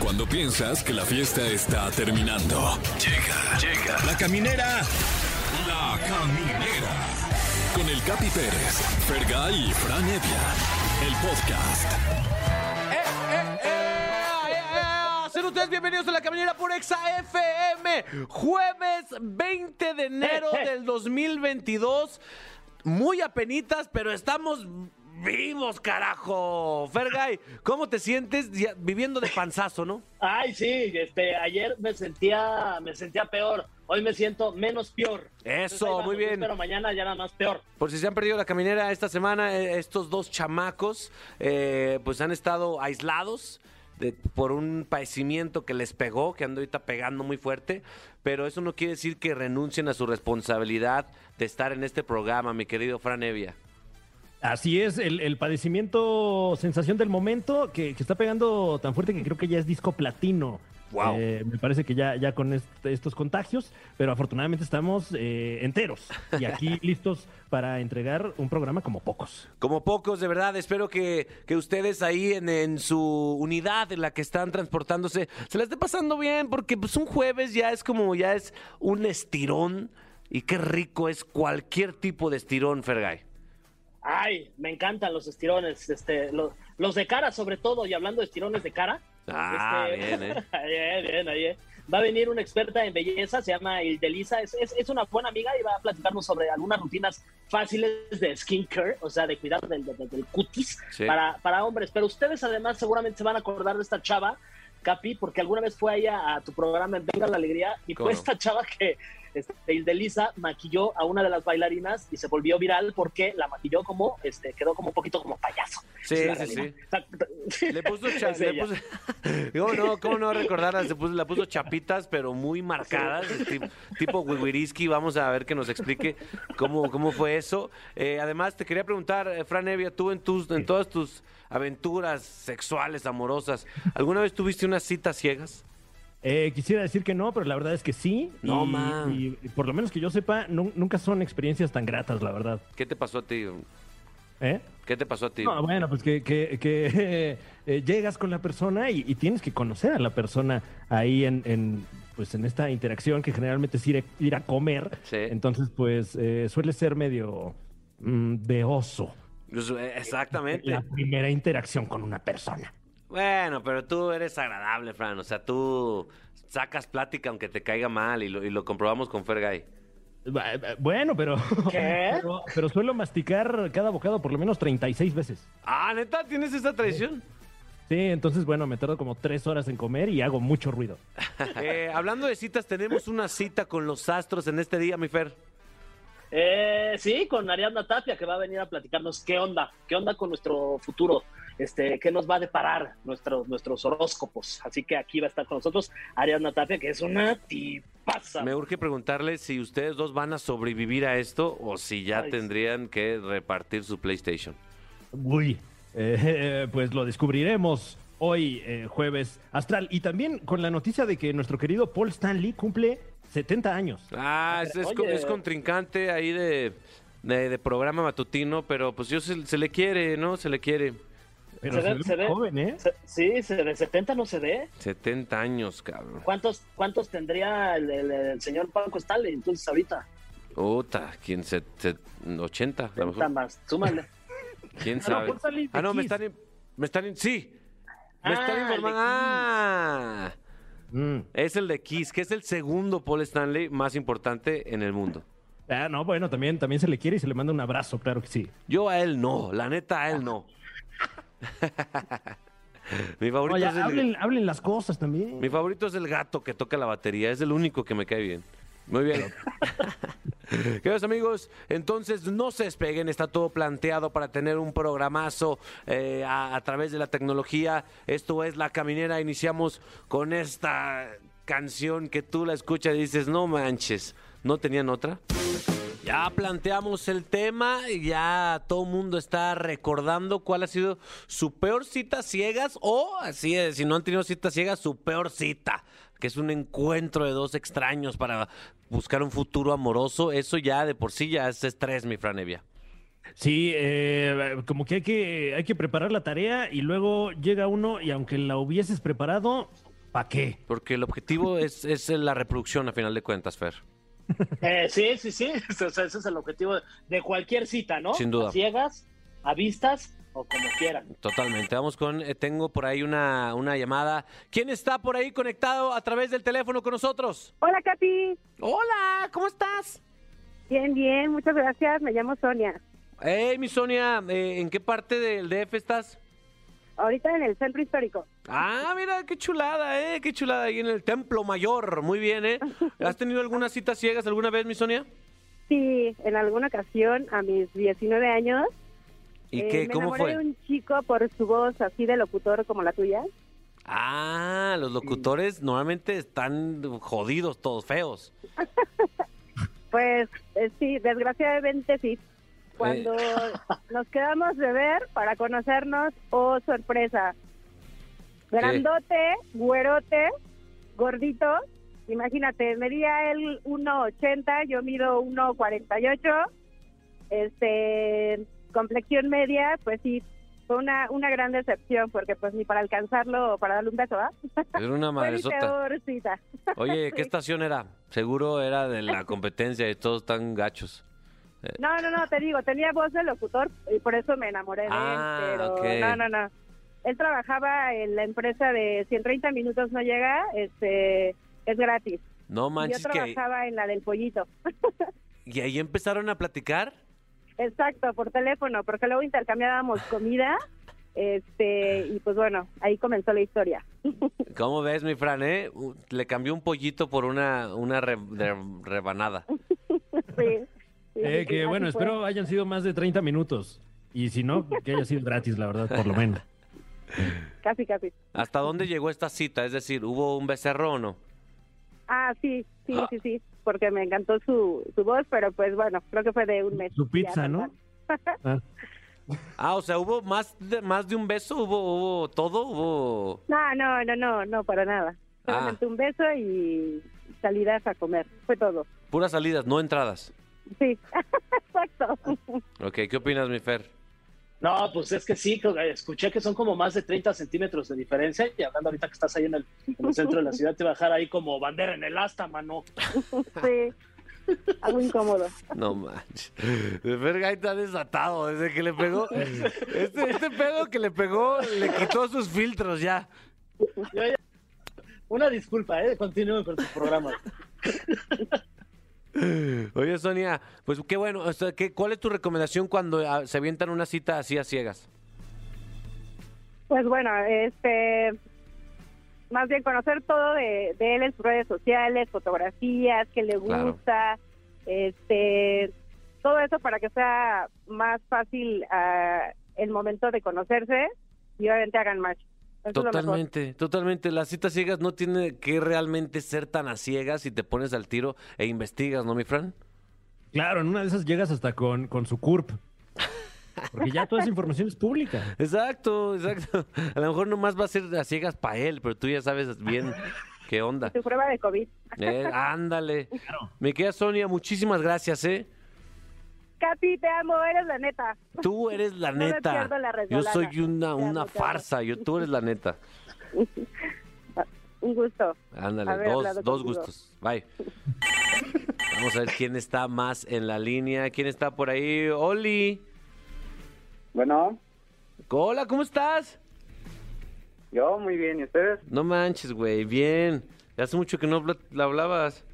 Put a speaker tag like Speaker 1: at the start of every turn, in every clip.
Speaker 1: Cuando piensas que la fiesta está terminando. Llega, llega. La caminera. La caminera. Con el Capi Pérez, Fergay y Fran Evia. El podcast.
Speaker 2: Eh, Sean ustedes bienvenidos a la caminera por Exa FM, jueves 20 de enero del 2022. Muy apenitas, pero estamos vivos, carajo. Fergay, ¿cómo te sientes ya viviendo de panzazo, no?
Speaker 3: Ay, sí, este, ayer me sentía, me sentía peor. Hoy me siento menos peor. Entonces, ahí
Speaker 2: Eso,
Speaker 3: vamos,
Speaker 2: muy bien.
Speaker 3: Pero mañana ya nada más peor.
Speaker 2: Por si se han perdido la caminera esta semana, eh, estos dos chamacos eh, pues han estado aislados de- por un padecimiento que les pegó, que ando ahorita pegando muy fuerte, pero eso no quiere decir que renuncien a su responsabilidad de estar en este programa, mi querido Fran Evia.
Speaker 4: Así es, el, el padecimiento, sensación del momento, que, que está pegando tan fuerte que creo que ya es disco platino.
Speaker 2: Wow.
Speaker 4: Eh, me parece que ya, ya con este- estos contagios, pero afortunadamente estamos eh, enteros y aquí listos para entregar un programa como pocos.
Speaker 2: Como pocos, de verdad, espero que, que ustedes ahí en, en su unidad en la que están transportándose se la esté pasando bien, porque pues un jueves ya es como, ya es un estirón y qué rico es cualquier tipo de estirón, Fergay.
Speaker 3: Ay, me encantan los estirones, este, lo- los de cara sobre todo, y hablando de estirones de cara.
Speaker 2: Ah,
Speaker 3: este,
Speaker 2: bien, ¿eh?
Speaker 3: bien, bien, ahí, eh. Va a venir una experta en belleza, se llama Ildelisa, es, es, es una buena amiga y va a platicarnos sobre algunas rutinas fáciles de skincare, o sea, de cuidar del, del- del cutis
Speaker 2: Sí.
Speaker 3: para, para hombres. Pero ustedes además seguramente se van a acordar de esta chava, Capi, porque alguna vez fue ella a tu programa en Venga la Alegría y
Speaker 2: ¿Cómo
Speaker 3: fue
Speaker 2: no?
Speaker 3: esta chava que este, Ildelisa maquilló a una de las bailarinas y se volvió viral porque la maquilló como, este, quedó como un poquito como payaso.
Speaker 2: Sí,
Speaker 3: Esa es la
Speaker 2: sí,
Speaker 3: realidad. O sea,
Speaker 2: Le puso, cha-
Speaker 3: Es
Speaker 2: le
Speaker 3: ella.
Speaker 2: puso- ¿Cómo no, cómo no recordarla? Se puso- la puso chapitas, pero muy marcadas, tipo, tipo Wiwiriski. Vamos a ver que nos explique cómo, cómo fue eso. Eh, además, te quería preguntar, eh, Fran Evia, tú en, tus, en todas tus aventuras sexuales, amorosas, ¿alguna vez tuviste unas citas ciegas?
Speaker 4: Eh, quisiera decir que no, pero la verdad es que sí.
Speaker 2: No,
Speaker 4: y,
Speaker 2: man.
Speaker 4: y por lo menos que yo sepa, nu- nunca son experiencias tan gratas, la verdad.
Speaker 2: ¿Qué te pasó a ti?
Speaker 4: ¿Eh?
Speaker 2: ¿Qué te pasó a ti?
Speaker 4: No, bueno, pues que, que- que, eh, llegas con la persona y, y tienes que conocer a la persona ahí en, en, pues en esta interacción que generalmente es ir a, ir a comer.
Speaker 2: Sí.
Speaker 4: Entonces, pues eh, suele ser medio mm, de oso
Speaker 2: Pues, eh, Exactamente.
Speaker 4: la primera interacción con una persona.
Speaker 2: Bueno, pero tú eres agradable, Fran. O sea, tú sacas plática aunque te caiga mal y lo, y lo comprobamos con Fergay.
Speaker 4: Ba- ba- Bueno, pero,
Speaker 3: ¿Qué?
Speaker 4: pero pero suelo masticar cada bocado por lo menos 36 veces.
Speaker 2: Ah, neta, ¿tienes esa tradición?
Speaker 4: Sí, entonces, bueno, me tardo como tres horas en comer y hago mucho ruido.
Speaker 2: Eh, hablando de citas, tenemos una cita con los astros en este día, mi Fer.
Speaker 3: Eh, sí, con Ariadna Tapia, que va a venir a platicarnos qué onda, qué onda con nuestro futuro, este, qué nos va a deparar nuestros nuestros horóscopos. Así que aquí va a estar con nosotros Ariadna Tapia, que es una tipaza.
Speaker 2: Me urge preguntarle si ustedes dos van a sobrevivir a esto o si ya
Speaker 3: Ay.
Speaker 2: tendrían que repartir su PlayStation.
Speaker 4: Uy, eh, pues lo descubriremos hoy, eh, jueves astral. Y también con la noticia de que nuestro querido Paul Stanley cumple 70 años.
Speaker 2: Ah, es, es co-
Speaker 3: Oye.
Speaker 2: es contrincante ahí de, de- de programa matutino, pero pues yo se, se le quiere, ¿no? Se le quiere.
Speaker 4: Pero
Speaker 3: Se
Speaker 4: se,
Speaker 3: ve-
Speaker 4: ve
Speaker 3: se
Speaker 4: muy
Speaker 3: ve-
Speaker 4: joven, ¿eh?
Speaker 3: Se- Sí, se- de 70 no se ve.
Speaker 2: 70 años, cabrón.
Speaker 3: ¿Cuántos, cuántos tendría el, el- el señor Paco Stanley entonces ahorita?
Speaker 2: Ota, ¿quién se, se- 80, a lo
Speaker 3: 70
Speaker 2: mejor.
Speaker 3: más, súmale.
Speaker 2: ¿Quién
Speaker 4: Ah, no,
Speaker 2: sabe?
Speaker 4: Paul Stanley de
Speaker 2: Ah, no, me
Speaker 4: Kiss.
Speaker 2: están, in- me están, in- sí, me están
Speaker 3: Ah, el de
Speaker 2: informando. Ah.
Speaker 3: Kiss.
Speaker 4: Mm.
Speaker 2: Es el de Kiss, que es el segundo Paul Stanley más importante en el mundo.
Speaker 4: Ah, no, bueno, también, también se le quiere y se le manda un abrazo, claro que sí.
Speaker 2: Yo a él no, la neta a él no. mi, favorito
Speaker 4: Oye,
Speaker 2: es el,
Speaker 4: hablen, hablen las cosas también.
Speaker 2: mi favorito es el gato que toca la batería, es el único que me cae bien. Muy bien. Queridos amigos, entonces no se despeguen, está todo planteado para tener un programazo eh, a, a través de la tecnología. Esto es La Caminera, iniciamos con esta canción que tú la escuchas y dices, no manches, ¿no tenían otra? Ya planteamos el tema, y ya todo el mundo está recordando cuál ha sido su peor cita ciegas o, así es, si no han tenido citas ciegas, su peor cita, que es un encuentro de dos extraños para buscar un futuro amoroso. Eso ya de por sí ya es estrés, mi franevia.
Speaker 4: Sí, eh, como que hay, que hay que preparar la tarea y luego llega uno y aunque la hubieses preparado, ¿Para qué?
Speaker 2: Porque el objetivo es, es la reproducción a final de cuentas, Fer.
Speaker 3: Eh, sí, sí, sí. O sea, ese es el objetivo de cualquier cita, ¿no?
Speaker 2: Sin duda.
Speaker 3: A ciegas, a vistas o como quieran.
Speaker 2: Totalmente. Vamos con, eh, tengo por ahí una, una llamada. ¿Quién está por ahí conectado a través del teléfono con nosotros?
Speaker 5: Hola, Capi.
Speaker 2: Hola, ¿cómo estás?
Speaker 5: Bien, bien, muchas gracias. Me llamo Sonia.
Speaker 2: Hey, mi Sonia, eh, ¿en qué parte del DF estás?
Speaker 5: Ahorita en el centro histórico.
Speaker 2: Ah, mira, qué chulada, ¿eh? Qué chulada ahí en el Templo Mayor. Muy bien, ¿eh? ¿Has tenido algunas citas ciegas alguna vez, mi Sonia?
Speaker 5: Sí, en alguna ocasión, a mis 19 años,
Speaker 2: ¿Y
Speaker 5: eh,
Speaker 2: qué?
Speaker 5: me
Speaker 2: ¿Cómo
Speaker 5: enamoré
Speaker 2: fue?
Speaker 5: de un chico por su voz así de locutor como la tuya.
Speaker 2: Ah, los locutores normalmente están jodidos, todos feos.
Speaker 5: Pues eh, sí, desgraciadamente sí. Cuando nos quedamos de ver para conocernos, oh sorpresa. Grandote, güerote, gordito. Imagínate, medía él 1.80, yo mido 1.48. Este, complexión media, pues sí, fue una, una gran decepción porque pues ni para alcanzarlo o para darle un beso, ¿ah?
Speaker 2: Era una
Speaker 5: Fue mi
Speaker 2: madresota.
Speaker 5: peor cita.
Speaker 2: Oye, ¿qué
Speaker 5: Sí.
Speaker 2: estación era? Seguro era de la competencia y todos tan gachos.
Speaker 5: No, no, no, te digo, tenía voz de locutor y por eso me enamoré de
Speaker 2: Ah,
Speaker 5: él. Pero
Speaker 2: ok.
Speaker 5: no, no, no. Él trabajaba en la empresa de 130 minutos no llega, este, es gratis.
Speaker 2: No
Speaker 5: Y
Speaker 2: manches
Speaker 5: Yo
Speaker 2: que...
Speaker 5: trabajaba en la del pollito.
Speaker 2: Y ahí empezaron a platicar.
Speaker 5: Exacto, por teléfono, porque luego intercambiábamos comida. Este, y pues bueno, ahí comenzó la historia.
Speaker 2: ¿Cómo ves, mi Fran, eh? U- Le cambió un pollito por una, una re- de- rebanada.
Speaker 5: Sí. sí,
Speaker 4: Eh,
Speaker 5: sí,
Speaker 4: que
Speaker 5: así
Speaker 4: bueno,
Speaker 5: fue.
Speaker 4: espero hayan sido más de 30 minutos. Y si no, que haya sido gratis, la verdad, por lo menos.
Speaker 5: Casi, casi.
Speaker 2: ¿Hasta dónde llegó esta cita? Es decir, ¿hubo un becerro o no?
Speaker 5: Ah, sí, sí,
Speaker 2: Ah.
Speaker 5: sí, sí, porque me encantó su, su voz, pero pues bueno, creo que fue de un mes.
Speaker 4: Su pizza,
Speaker 5: Ya,
Speaker 4: ¿no?
Speaker 5: total.
Speaker 4: Ah,
Speaker 2: Ah, o sea, ¿hubo más de, más de un beso? ¿Hubo, hubo todo? ¿Hubo...?
Speaker 5: No, no, no, no, no, para nada.
Speaker 2: Ah.
Speaker 5: Solamente un beso y salidas a comer. Fue todo.
Speaker 2: Puras salidas, no entradas.
Speaker 5: Sí, exacto.
Speaker 2: Ok, ¿qué opinas, mi Fer?
Speaker 3: No, pues es que sí, creo que escuché que son como más de 30 centímetros de diferencia y hablando ahorita que estás ahí en el, en el centro de la ciudad, te va a dejar ahí como bandera en el asta, mano.
Speaker 5: Sí. Algo incómodo.
Speaker 2: No manches. El Fer está desatado desde que le pegó. Este, este pedo que le pegó le quitó sus filtros ya.
Speaker 3: Una disculpa, ¿eh? Continúen con su programa.
Speaker 2: Oye, Sonia, pues qué bueno. o sea, ¿qué- ¿Cuál es tu recomendación cuando ah, se avientan una cita así a ciegas?
Speaker 5: Pues bueno, este. Más bien conocer todo de, de él en sus redes sociales, fotografías, qué le
Speaker 2: Claro.
Speaker 5: gusta, este. Todo eso para que sea más fácil ah, el momento de conocerse y obviamente hagan match. Eso es lo mejor.
Speaker 2: Totalmente, totalmente. Las citas ciegas no tiene que realmente ser tan a ciegas si te pones al tiro e investigas, ¿no, mi Fran?
Speaker 4: Claro, en una de esas llegas hasta con, con su CURP. Porque ya toda esa información es pública.
Speaker 2: Exacto, exacto. A lo mejor nomás va a ser a ciegas para él, pero tú ya sabes bien qué onda.
Speaker 5: Su prueba de COVID.
Speaker 2: Eh, ándale. Me queda Sonia, muchísimas gracias, ¿eh?
Speaker 5: Capi, te amo, eres la neta.
Speaker 2: Tú eres la
Speaker 5: No me
Speaker 2: neta.
Speaker 5: pierdo la
Speaker 2: yo
Speaker 5: resbalada.
Speaker 2: soy una,
Speaker 5: Te amo,
Speaker 2: una
Speaker 5: te amo.
Speaker 2: farsa. Yo, tú eres la neta.
Speaker 5: Un Um gusto.
Speaker 2: Ándale,
Speaker 5: Haber
Speaker 2: dos,
Speaker 5: hablado
Speaker 2: dos
Speaker 5: contigo.
Speaker 2: gustos. Bye. Vamos a ver quién está más en la línea. ¿Quién está por ahí? Oli.
Speaker 6: Bueno,
Speaker 2: Hola, ¿cómo estás?
Speaker 6: yo muy bien, ¿y ustedes?
Speaker 2: No manches, güey. Bien. Hace mucho que no habla- la hablabas.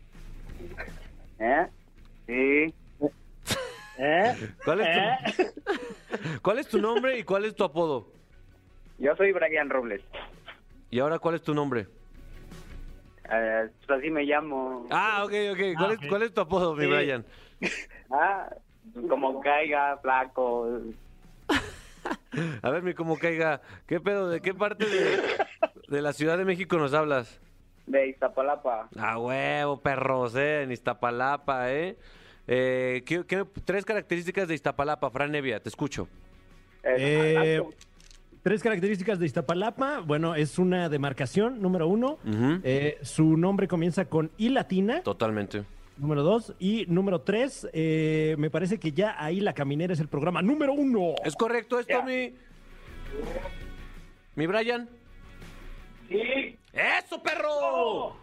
Speaker 6: ¿Eh? Sí,
Speaker 3: ¿Eh?
Speaker 2: ¿Cuál es,
Speaker 3: ¿Eh?
Speaker 2: tu, ¿Cuál es tu nombre y cuál es tu apodo?
Speaker 6: yo soy Brian Robles.
Speaker 2: Y ahora, ¿cuál es tu nombre?
Speaker 6: Eh, pues así me llamo.
Speaker 2: Ah, ok, ok. ¿Cuál, es, cuál es tu apodo, mi
Speaker 6: Sí.
Speaker 2: Brian?
Speaker 6: Ah, como caiga, flaco.
Speaker 2: A ver, mi cómo caiga. ¿Qué pedo? ¿De qué parte de, de la Ciudad de México nos hablas?
Speaker 6: De Iztapalapa.
Speaker 2: A huevo, perros, eh, en Iztapalapa, eh. Eh, ¿qué- qué- tres características de Iztapalapa, Fran Nevia, te escucho.
Speaker 6: Eh,
Speaker 4: Eh, tres características de Iztapalapa. Bueno, es una demarcación, número uno.
Speaker 2: Ujú.
Speaker 4: Eh, su nombre comienza con I latina,
Speaker 2: Totalmente.
Speaker 4: número dos. Y número tres, eh, me parece que ya ahí la caminera es el programa número uno.
Speaker 2: ¿Es correcto esto,
Speaker 6: Ya.
Speaker 2: mi. mi Brian?
Speaker 6: Sí, Oh.
Speaker 2: ¡Eso! ¡Eso, perro!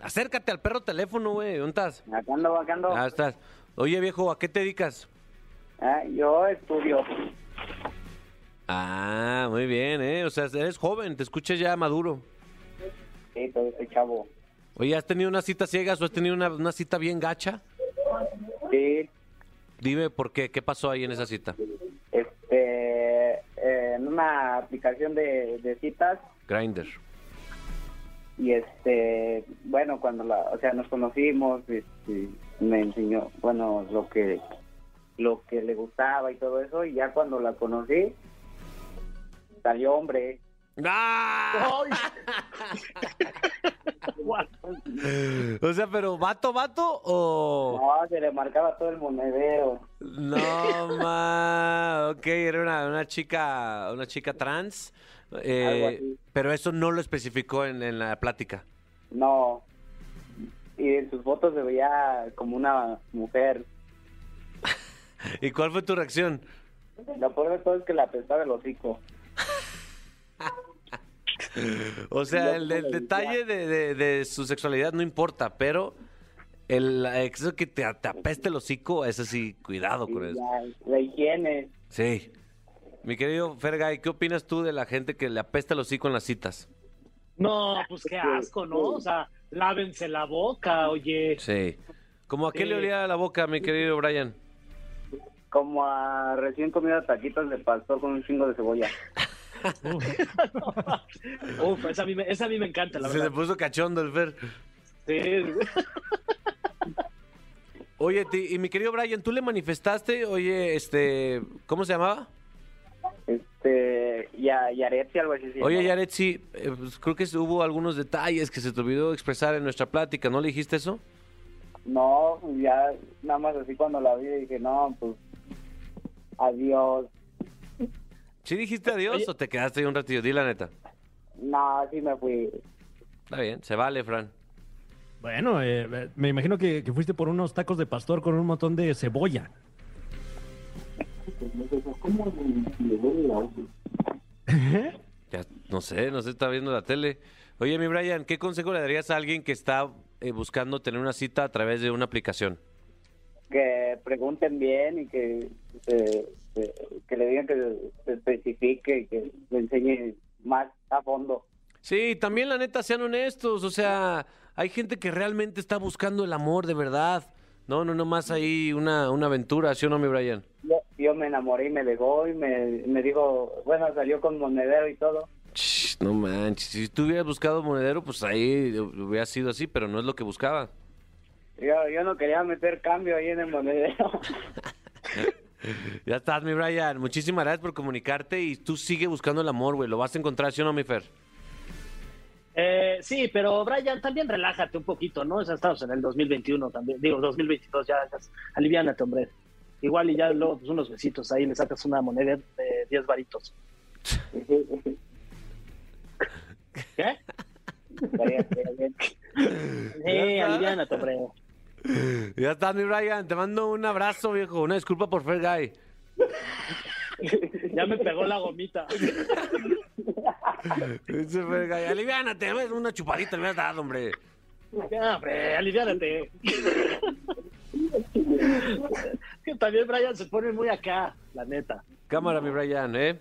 Speaker 2: Acércate al perro teléfono, güey. ¿Dónde estás?
Speaker 6: Acá ando, acá ando.
Speaker 2: Ah, estás. Oye, viejo, ¿a qué te dedicas?
Speaker 6: Ah, yo estudio.
Speaker 2: Ah, muy bien, ¿eh? O sea, eres joven, te escuchas ya maduro.
Speaker 6: Sí, todo soy chavo.
Speaker 2: Oye, ¿has tenido una cita ciegas o has tenido una, una cita bien gacha?
Speaker 6: Sí,
Speaker 2: Dime por qué, ¿qué pasó ahí en esa cita?
Speaker 6: este, eh, en una aplicación de, de citas
Speaker 2: Grinder.
Speaker 6: y este, bueno, cuando la, o sea, nos conocimos, este, me enseñó, bueno, lo que, lo que le gustaba y todo eso, y ya cuando la conocí, salió hombre.
Speaker 2: ¡Ah! O sea, pero vato, vato o...
Speaker 6: No, se le marcaba todo el monedero.
Speaker 2: No, ma. Ok, era una, una chica, una chica trans. eh,
Speaker 6: Algo así.
Speaker 2: pero eso no lo especificó en, en la plática.
Speaker 6: No. Y en sus fotos se veía como una mujer.
Speaker 2: ¿Y cuál fue tu reacción?
Speaker 6: Lo peor de todo es que la apestaba el hocico.
Speaker 2: O sea, el, el detalle de, de- de su sexualidad no importa, pero el eso que te, te apeste el hocico, eso sí, cuidado con
Speaker 6: Y
Speaker 2: eso.
Speaker 6: la, la higiene.
Speaker 2: Sí. Mi querido Fergay, ¿qué opinas tú de la gente que le apesta el hocico en las citas?
Speaker 3: No, pues qué asco, ¿no? O sea, lávense la boca, oye.
Speaker 2: Sí. ¿Cómo a qué le
Speaker 3: Sí.
Speaker 2: olía la boca, mi querido Brian?
Speaker 6: Como a recién comida taquitos de pastor con un chingo de cebolla.
Speaker 3: Uf, esa a mí me, esa a mí me encanta, la
Speaker 2: Se le
Speaker 3: verdad.
Speaker 2: puso cachondo el Fer.
Speaker 3: Sí.
Speaker 2: Oye, ti- y mi querido Brian, ¿tú le manifestaste? Oye, este, ¿cómo se llamaba?
Speaker 6: Este, y a Yaretsi, algo así. se
Speaker 2: Oye,
Speaker 6: llamaba.
Speaker 2: Yaretsi, eh, pues, creo que hubo algunos detalles que se te olvidó expresar en nuestra plática, ¿no le dijiste eso?
Speaker 6: No, ya nada más así cuando la vi dije, no, pues, adiós.
Speaker 2: ¿Sí dijiste adiós
Speaker 3: Oye.
Speaker 2: o te quedaste ahí un ratillo? Di la neta.
Speaker 6: No, así me fui.
Speaker 2: Está bien, se vale, Fran.
Speaker 4: Bueno, eh, me imagino que, que fuiste por unos tacos de pastor con un montón de cebolla.
Speaker 2: Ya, no sé, no sé, está viendo la tele. Oye, mi Brian, ¿qué consejo le darías a alguien que está eh, buscando tener una cita a través de una aplicación?
Speaker 6: Que pregunten bien y que, se- se- que le digan que se- se especifique y que le enseñe más a fondo.
Speaker 2: Sí, también la neta, sean honestos. O sea, hay gente que realmente está buscando el amor de verdad. No, no, no más ahí una, una aventura, ¿sí o no, mi Brian?
Speaker 6: Yo, yo me enamoré y me dejó y me, me dijo, bueno, salió con monedero y todo.
Speaker 2: Ch, No manches, si tú hubieras buscado monedero, pues ahí hubiera sido así, pero no es lo que buscaba.
Speaker 6: Yo, yo no quería meter cambio ahí en el monedero.
Speaker 2: Ya estás, mi Brian. Muchísimas gracias por comunicarte y tú sigue buscando el amor, güey. Lo vas a encontrar, ¿sí o no, mi Fer?
Speaker 3: Eh, sí, pero Brian, también relájate un poquito, ¿no? O sea, estamos en el 2021 también, digo, 2022, ya, ya aliviánate, hombre. Igual y ya luego pues, unos besitos ahí, le sacas una moneda de 10 varitos. ¿Qué?
Speaker 6: Estaría- estaría bien.
Speaker 3: Sí, aliviánate, hombre.
Speaker 2: Ya estás, mi Brian. Te mando un abrazo, viejo. Una disculpa por Fer Guy.
Speaker 3: Ya me pegó la gomita.
Speaker 2: Dice Fer Guy, aliviánate. güey, Una chupadita le hubieras dado, hombre.
Speaker 3: Ya, hombre, aliviánate. Que también Brian se pone muy acá, la neta.
Speaker 2: Cámara, mi Brian, ¿eh?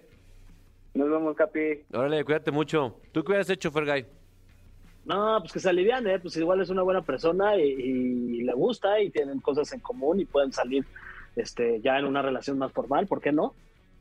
Speaker 6: Nos vemos, Capi.
Speaker 2: Órale, cuídate mucho. ¿Tú qué hubieras hecho, Fer Guy?
Speaker 3: No, pues que se aliviane, pues igual es una buena persona y, y le gusta y tienen cosas en común y pueden salir este ya en una relación más formal, ¿por qué no?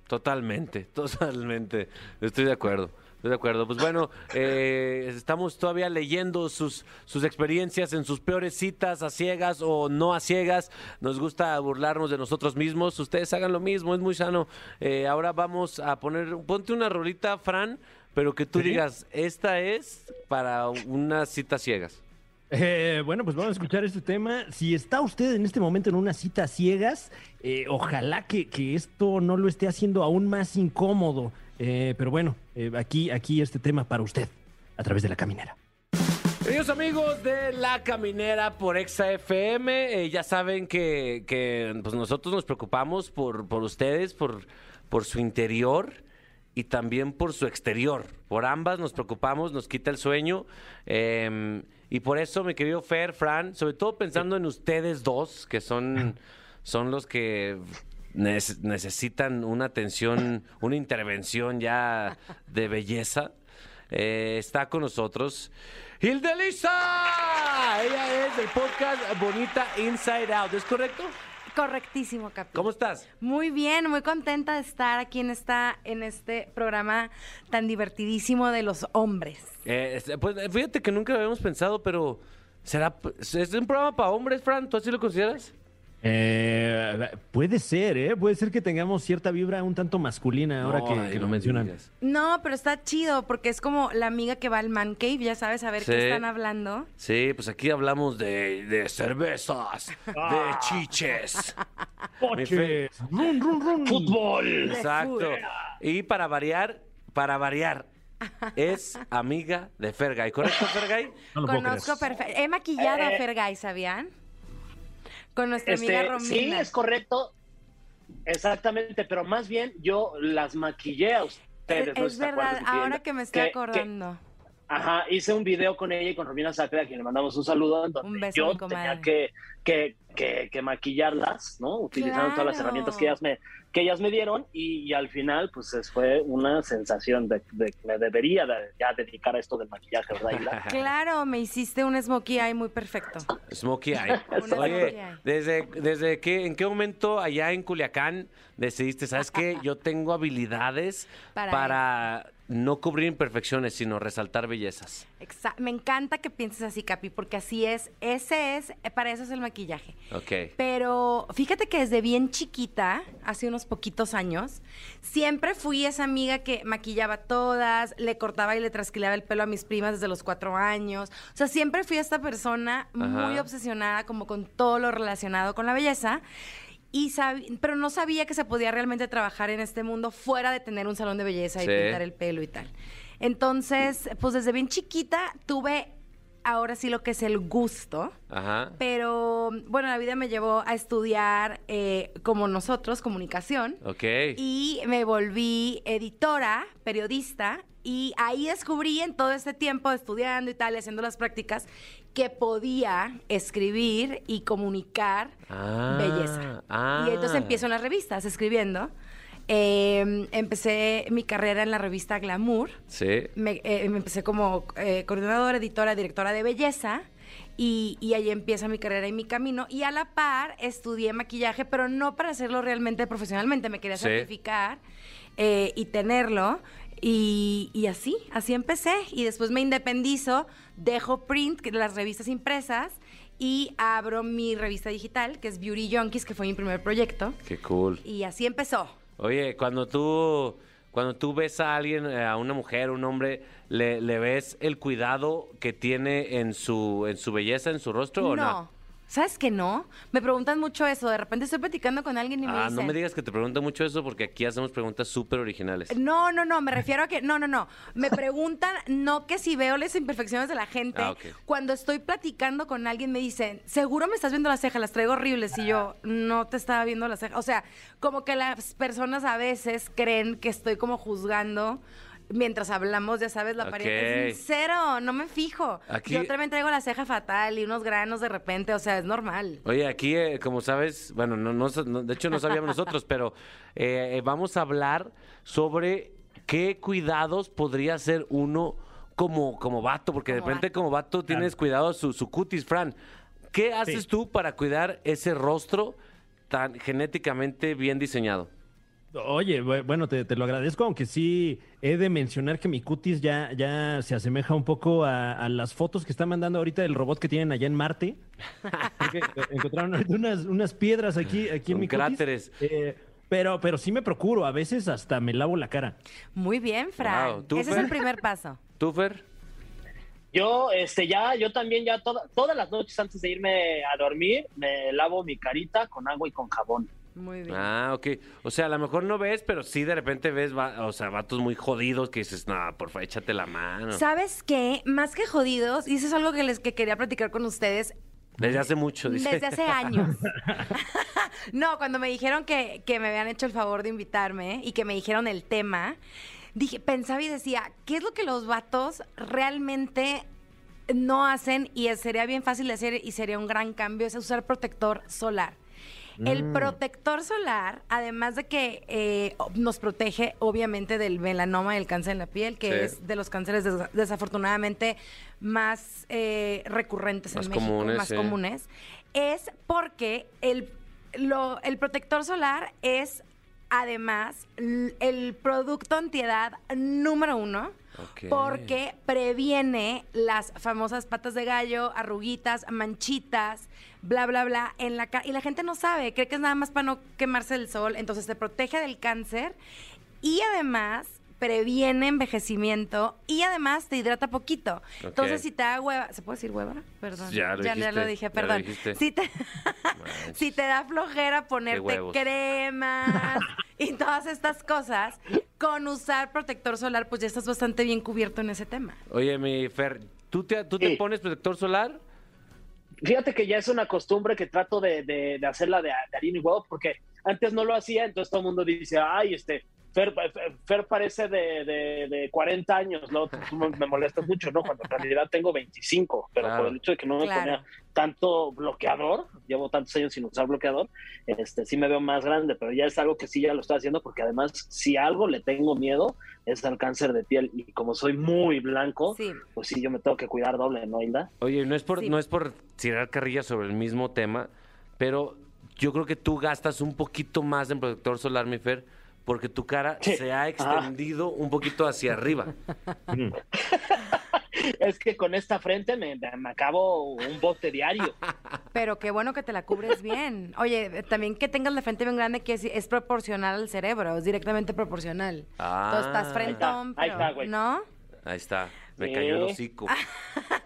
Speaker 2: Totalmente, totalmente. Estoy de acuerdo. Estoy de acuerdo. Pues bueno, eh, estamos todavía leyendo sus, sus experiencias en sus peores citas a ciegas o no a ciegas. Nos gusta burlarnos de nosotros mismos. Ustedes hagan lo mismo, es muy sano. Eh, ahora vamos a poner, ponte una rolita, Fran, pero que tú digas, esta es para una cita a ciegas.
Speaker 4: Eh, bueno, pues vamos a escuchar este tema. Si está usted en este momento en una cita a ciegas, eh, ojalá que, que esto no lo esté haciendo aún más incómodo. Eh, pero bueno, eh, aquí, aquí este tema para usted, a través de la caminera.
Speaker 2: Queridos amigos de La Caminera por Exa FM, eh, ya saben que, que, pues nosotros nos preocupamos por, por ustedes, por, por su interior. y también por su exterior. Por ambas nos preocupamos, nos quita el sueño. eh, y por eso, mi querido Fer, Fran, sobre todo pensando en ustedes dos, que son, son los que nes- necesitan una atención, una intervención ya de belleza, eh, está con nosotros Hildelisa. Ella es del podcast Bonita Inside Out, ¿es correcto?
Speaker 7: Correctísimo, Capi.
Speaker 2: ¿Cómo estás?
Speaker 7: Muy bien, muy contenta de estar aquí en, esta, en este programa tan divertidísimo de los hombres.
Speaker 2: Eh, este, pues eh, fíjate que nunca habíamos pensado, pero será p- es un programa para hombres, Fran, ¿tú así lo consideras?
Speaker 4: Eh, puede ser, ¿eh? Puede ser que tengamos cierta vibra un tanto masculina ahora que, que lo mencionan.
Speaker 7: No, pero está chido porque es como la amiga que va al man cave, ya sabes a ver
Speaker 2: Sí.
Speaker 7: qué están hablando.
Speaker 2: Sí, pues aquí hablamos de, de cervezas, de chiches.
Speaker 4: Coches, run, run, run.
Speaker 3: Fútbol.
Speaker 2: Exacto. Y para variar, para variar, es amiga de Fergay, ¿correcto, Fergay?
Speaker 4: No lo puedo creer.
Speaker 7: Conozco perfecto. He maquillado
Speaker 3: Eh.
Speaker 7: a Fergay, ¿sabían? Con nuestra
Speaker 3: Este,
Speaker 7: amiga Romina.
Speaker 3: sí, es correcto. Exactamente, pero más bien yo las maquillé a ustedes.
Speaker 7: Es-
Speaker 3: ¿no?
Speaker 7: es
Speaker 3: ¿Se acuerdan
Speaker 7: verdad,
Speaker 3: de mi
Speaker 7: ahora
Speaker 3: tienda?
Speaker 7: que me estoy acordando.
Speaker 3: Ajá, hice un video con ella y con Romina Sacre, a quien le mandamos un saludo, en donde
Speaker 7: Un beso,
Speaker 3: yo
Speaker 7: mi
Speaker 3: tenía
Speaker 7: comadre.
Speaker 3: que, que, que, que maquillarlas, ¿no? Utilizando todas las
Speaker 7: Claro.
Speaker 3: herramientas que ellas me, que ellas me dieron y, y al final, pues es- fue una sensación de de que me debería de- ya dedicar a esto del maquillaje, ¿verdad? Hilda?
Speaker 7: Claro, me hiciste un smokey eye muy perfecto.
Speaker 2: Smokey Eye.
Speaker 7: Una smokey
Speaker 2: Oye,
Speaker 7: eye.
Speaker 2: ¿desde, desde qué, en qué momento allá en Culiacán decidiste, sabes qué, yo tengo habilidades para,
Speaker 7: Para
Speaker 2: no cubrir imperfecciones, sino resaltar bellezas?
Speaker 7: Exa- me encanta que pienses así, Capi, porque así es. Ese es, eh, para eso es el maquillaje.
Speaker 2: Ok.
Speaker 7: Pero fíjate que desde bien chiquita, hace unos poquitos años, siempre fui esa amiga que maquillaba a todas, le cortaba y le trasquilaba el pelo a mis primas desde los cuatro años. O sea, siempre fui esta persona muy
Speaker 2: Ajá.
Speaker 7: obsesionada como con todo lo relacionado con la belleza. Y sab- pero no sabía que se podía realmente trabajar en este mundo fuera de tener un salón de belleza y
Speaker 2: Sí.
Speaker 7: pintar el pelo y tal. Entonces, pues desde bien chiquita tuve ahora sí lo que es el gusto.
Speaker 2: Ajá.
Speaker 7: Pero bueno, la vida me llevó a estudiar, eh, como nosotros, comunicación.
Speaker 2: Ok.
Speaker 7: Y me volví editora, periodista. Y ahí descubrí en todo este tiempo estudiando y tal, y haciendo las prácticas, que podía escribir y comunicar
Speaker 2: Ah,
Speaker 7: belleza.
Speaker 2: ah.
Speaker 7: Y entonces empiezo en las revistas escribiendo. Eh, empecé mi carrera en la revista Glamour
Speaker 2: Sí.
Speaker 7: me, eh, me empecé como eh, coordinadora, editora, directora de belleza. Y, y ahí empieza mi carrera y mi camino. Y a la par estudié maquillaje, pero no para hacerlo realmente profesionalmente. Me quería
Speaker 2: Sí.
Speaker 7: certificar eh, y tenerlo. Y, y así, así empecé. Y después me independizo, dejo print, que- las revistas impresas, y abro mi revista digital, que es Beauty Junkies, que fue mi primer proyecto.
Speaker 2: Qué cool.
Speaker 7: Y así empezó.
Speaker 2: Oye, cuando tú, cuando tú ves a alguien, eh, a una mujer, un hombre, ¿le, le ves el cuidado que tiene en su, en su belleza, en su rostro o no?
Speaker 7: ¿Sabes que no? Me preguntan mucho eso. De repente estoy platicando con alguien y me
Speaker 2: Ah,
Speaker 7: dicen... Eh,
Speaker 2: no me digas que te pregunto mucho eso porque aquí hacemos preguntas súper originales.
Speaker 7: No, no, no, me refiero a que, no, no, no. Me preguntan, no que si veo las imperfecciones de la gente,
Speaker 2: Ah, ok.
Speaker 7: cuando estoy platicando con alguien me dicen, seguro me estás viendo las cejas, las traigo horribles, y yo, no te estaba viendo las cejas. O sea, como que las personas a veces creen que estoy como juzgando mientras hablamos, ya sabes, la
Speaker 2: Ok.
Speaker 7: apariencia. Sincero, no me fijo.
Speaker 2: Aquí-
Speaker 7: Yo también traigo la ceja fatal y unos granos de repente, o sea, es normal.
Speaker 2: Oye, aquí, eh, como sabes, bueno, no, no sa- no- de hecho no sabíamos nosotros, pero eh, eh, vamos a hablar sobre qué cuidados podría hacer uno como, como vato, porque de
Speaker 7: Como
Speaker 2: repente
Speaker 7: vato.
Speaker 2: como vato tienes cuidado su, su cutis, Fran. ¿Qué haces tú para cuidar ese rostro tan genéticamente bien diseñado?
Speaker 4: Oye, bu- bueno, te, te lo agradezco, aunque sí he de mencionar que mi cutis ya, ya se asemeja un poco a, a las fotos que está mandando ahorita del robot que tienen allá en Marte. Porque eh, encontraron ahorita unas, unas piedras aquí, aquí en
Speaker 2: Con
Speaker 4: mi
Speaker 2: cráteres.
Speaker 4: cutis. Eh, pero, pero sí me procuro, a veces hasta me lavo la cara.
Speaker 7: Muy bien, Fran.
Speaker 2: Wow, ¿tú,
Speaker 7: Ese
Speaker 2: Fer?
Speaker 7: es el primer paso.
Speaker 2: ¿Tú, Fer?
Speaker 3: Yo, este, ya, yo también ya toda- todas las noches antes de irme a dormir, me lavo mi carita con agua y con jabón.
Speaker 7: Muy bien.
Speaker 2: Ah, ok. O sea, a lo mejor no ves, pero sí de repente ves, va- o sea, vatos muy jodidos que dices, no, porfa, échate la mano.
Speaker 7: ¿Sabes qué? Más que jodidos, y eso es algo que les que quería platicar con ustedes
Speaker 2: Desde hace mucho, dice.
Speaker 7: desde hace años. no, cuando me dijeron que, que me habían hecho el favor de invitarme y que me dijeron el tema, dije, pensaba y decía, ¿qué es lo que los vatos realmente no hacen y es- sería bien fácil de hacer y sería un gran cambio? Es usar protector solar. El
Speaker 2: Mm.
Speaker 7: protector solar, además de que eh, o- nos protege obviamente del melanoma y el cáncer en la piel, que
Speaker 2: Sí.
Speaker 7: es de los cánceres des- desafortunadamente más eh, recurrentes
Speaker 2: Más
Speaker 7: en México,
Speaker 2: comunes,
Speaker 7: más
Speaker 2: sí.
Speaker 7: comunes, es porque el, lo- el protector solar es además l- el producto antiedad número uno.
Speaker 2: Ok.
Speaker 7: Porque previene las famosas patas de gallo, arruguitas, manchitas, bla, bla, bla, en la cara. Y la gente no sabe, cree que es nada más para no quemarse el sol, entonces te protege del cáncer y además previene envejecimiento y además te hidrata poquito.
Speaker 2: Ok.
Speaker 7: Entonces, si te da hueva, ¿se puede decir hueva? Perdón.
Speaker 2: Ya lo dijiste, ya
Speaker 7: dije,
Speaker 2: lo
Speaker 7: perdón.
Speaker 2: dijiste.
Speaker 7: Si te,
Speaker 2: Manches.
Speaker 7: si te da flojera ponerte
Speaker 2: huevos.
Speaker 7: cremas y todas estas cosas, con usar protector solar, pues ya estás bastante bien cubierto en ese tema.
Speaker 2: Oye, mi Fer, ¿tú te, tú te
Speaker 3: Sí.
Speaker 2: pones protector solar?
Speaker 3: Fíjate que ya es una costumbre que trato de, de- de hacerla de, de harina y huevo, porque antes no lo hacía, entonces todo el mundo dice, ay, este, Fer, Fer- Fer parece de, de- de 40 años, ¿no? Tú, tú me molestas mucho, ¿no? Cuando en realidad tengo 25, pero
Speaker 2: Claro.
Speaker 3: por el hecho de que no me
Speaker 7: Claro.
Speaker 3: ponía tanto bloqueador, llevo tantos años sin usar bloqueador, este, sí me veo más grande, pero ya es algo que sí ya lo estoy haciendo, porque además, si a algo le tengo miedo, es al cáncer de piel, y como soy muy blanco,
Speaker 7: Sí.
Speaker 3: pues sí, yo me tengo que cuidar doble, ¿no, Hilda?
Speaker 2: Oye, no es por,
Speaker 7: Sí.
Speaker 2: no es por tirar carrilla sobre el mismo tema, pero yo creo que tú gastas un poquito más en protector solar, mi Fer, porque tu cara
Speaker 3: Sí.
Speaker 2: se ha
Speaker 3: Ah.
Speaker 2: extendido un poquito hacia arriba.
Speaker 3: Es que con esta frente me, me acabo un bote diario.
Speaker 7: Pero qué bueno que te la cubres bien. Oye, también que tengas la frente bien grande, que es, es proporcional al cerebro, es directamente proporcional.
Speaker 2: Ah.
Speaker 7: Entonces estás frentón,
Speaker 3: Ahí está, ahí está,
Speaker 7: pero,
Speaker 3: güey.
Speaker 7: ¿no?
Speaker 2: Ahí está, me cayó el
Speaker 3: Sí.
Speaker 2: hocico.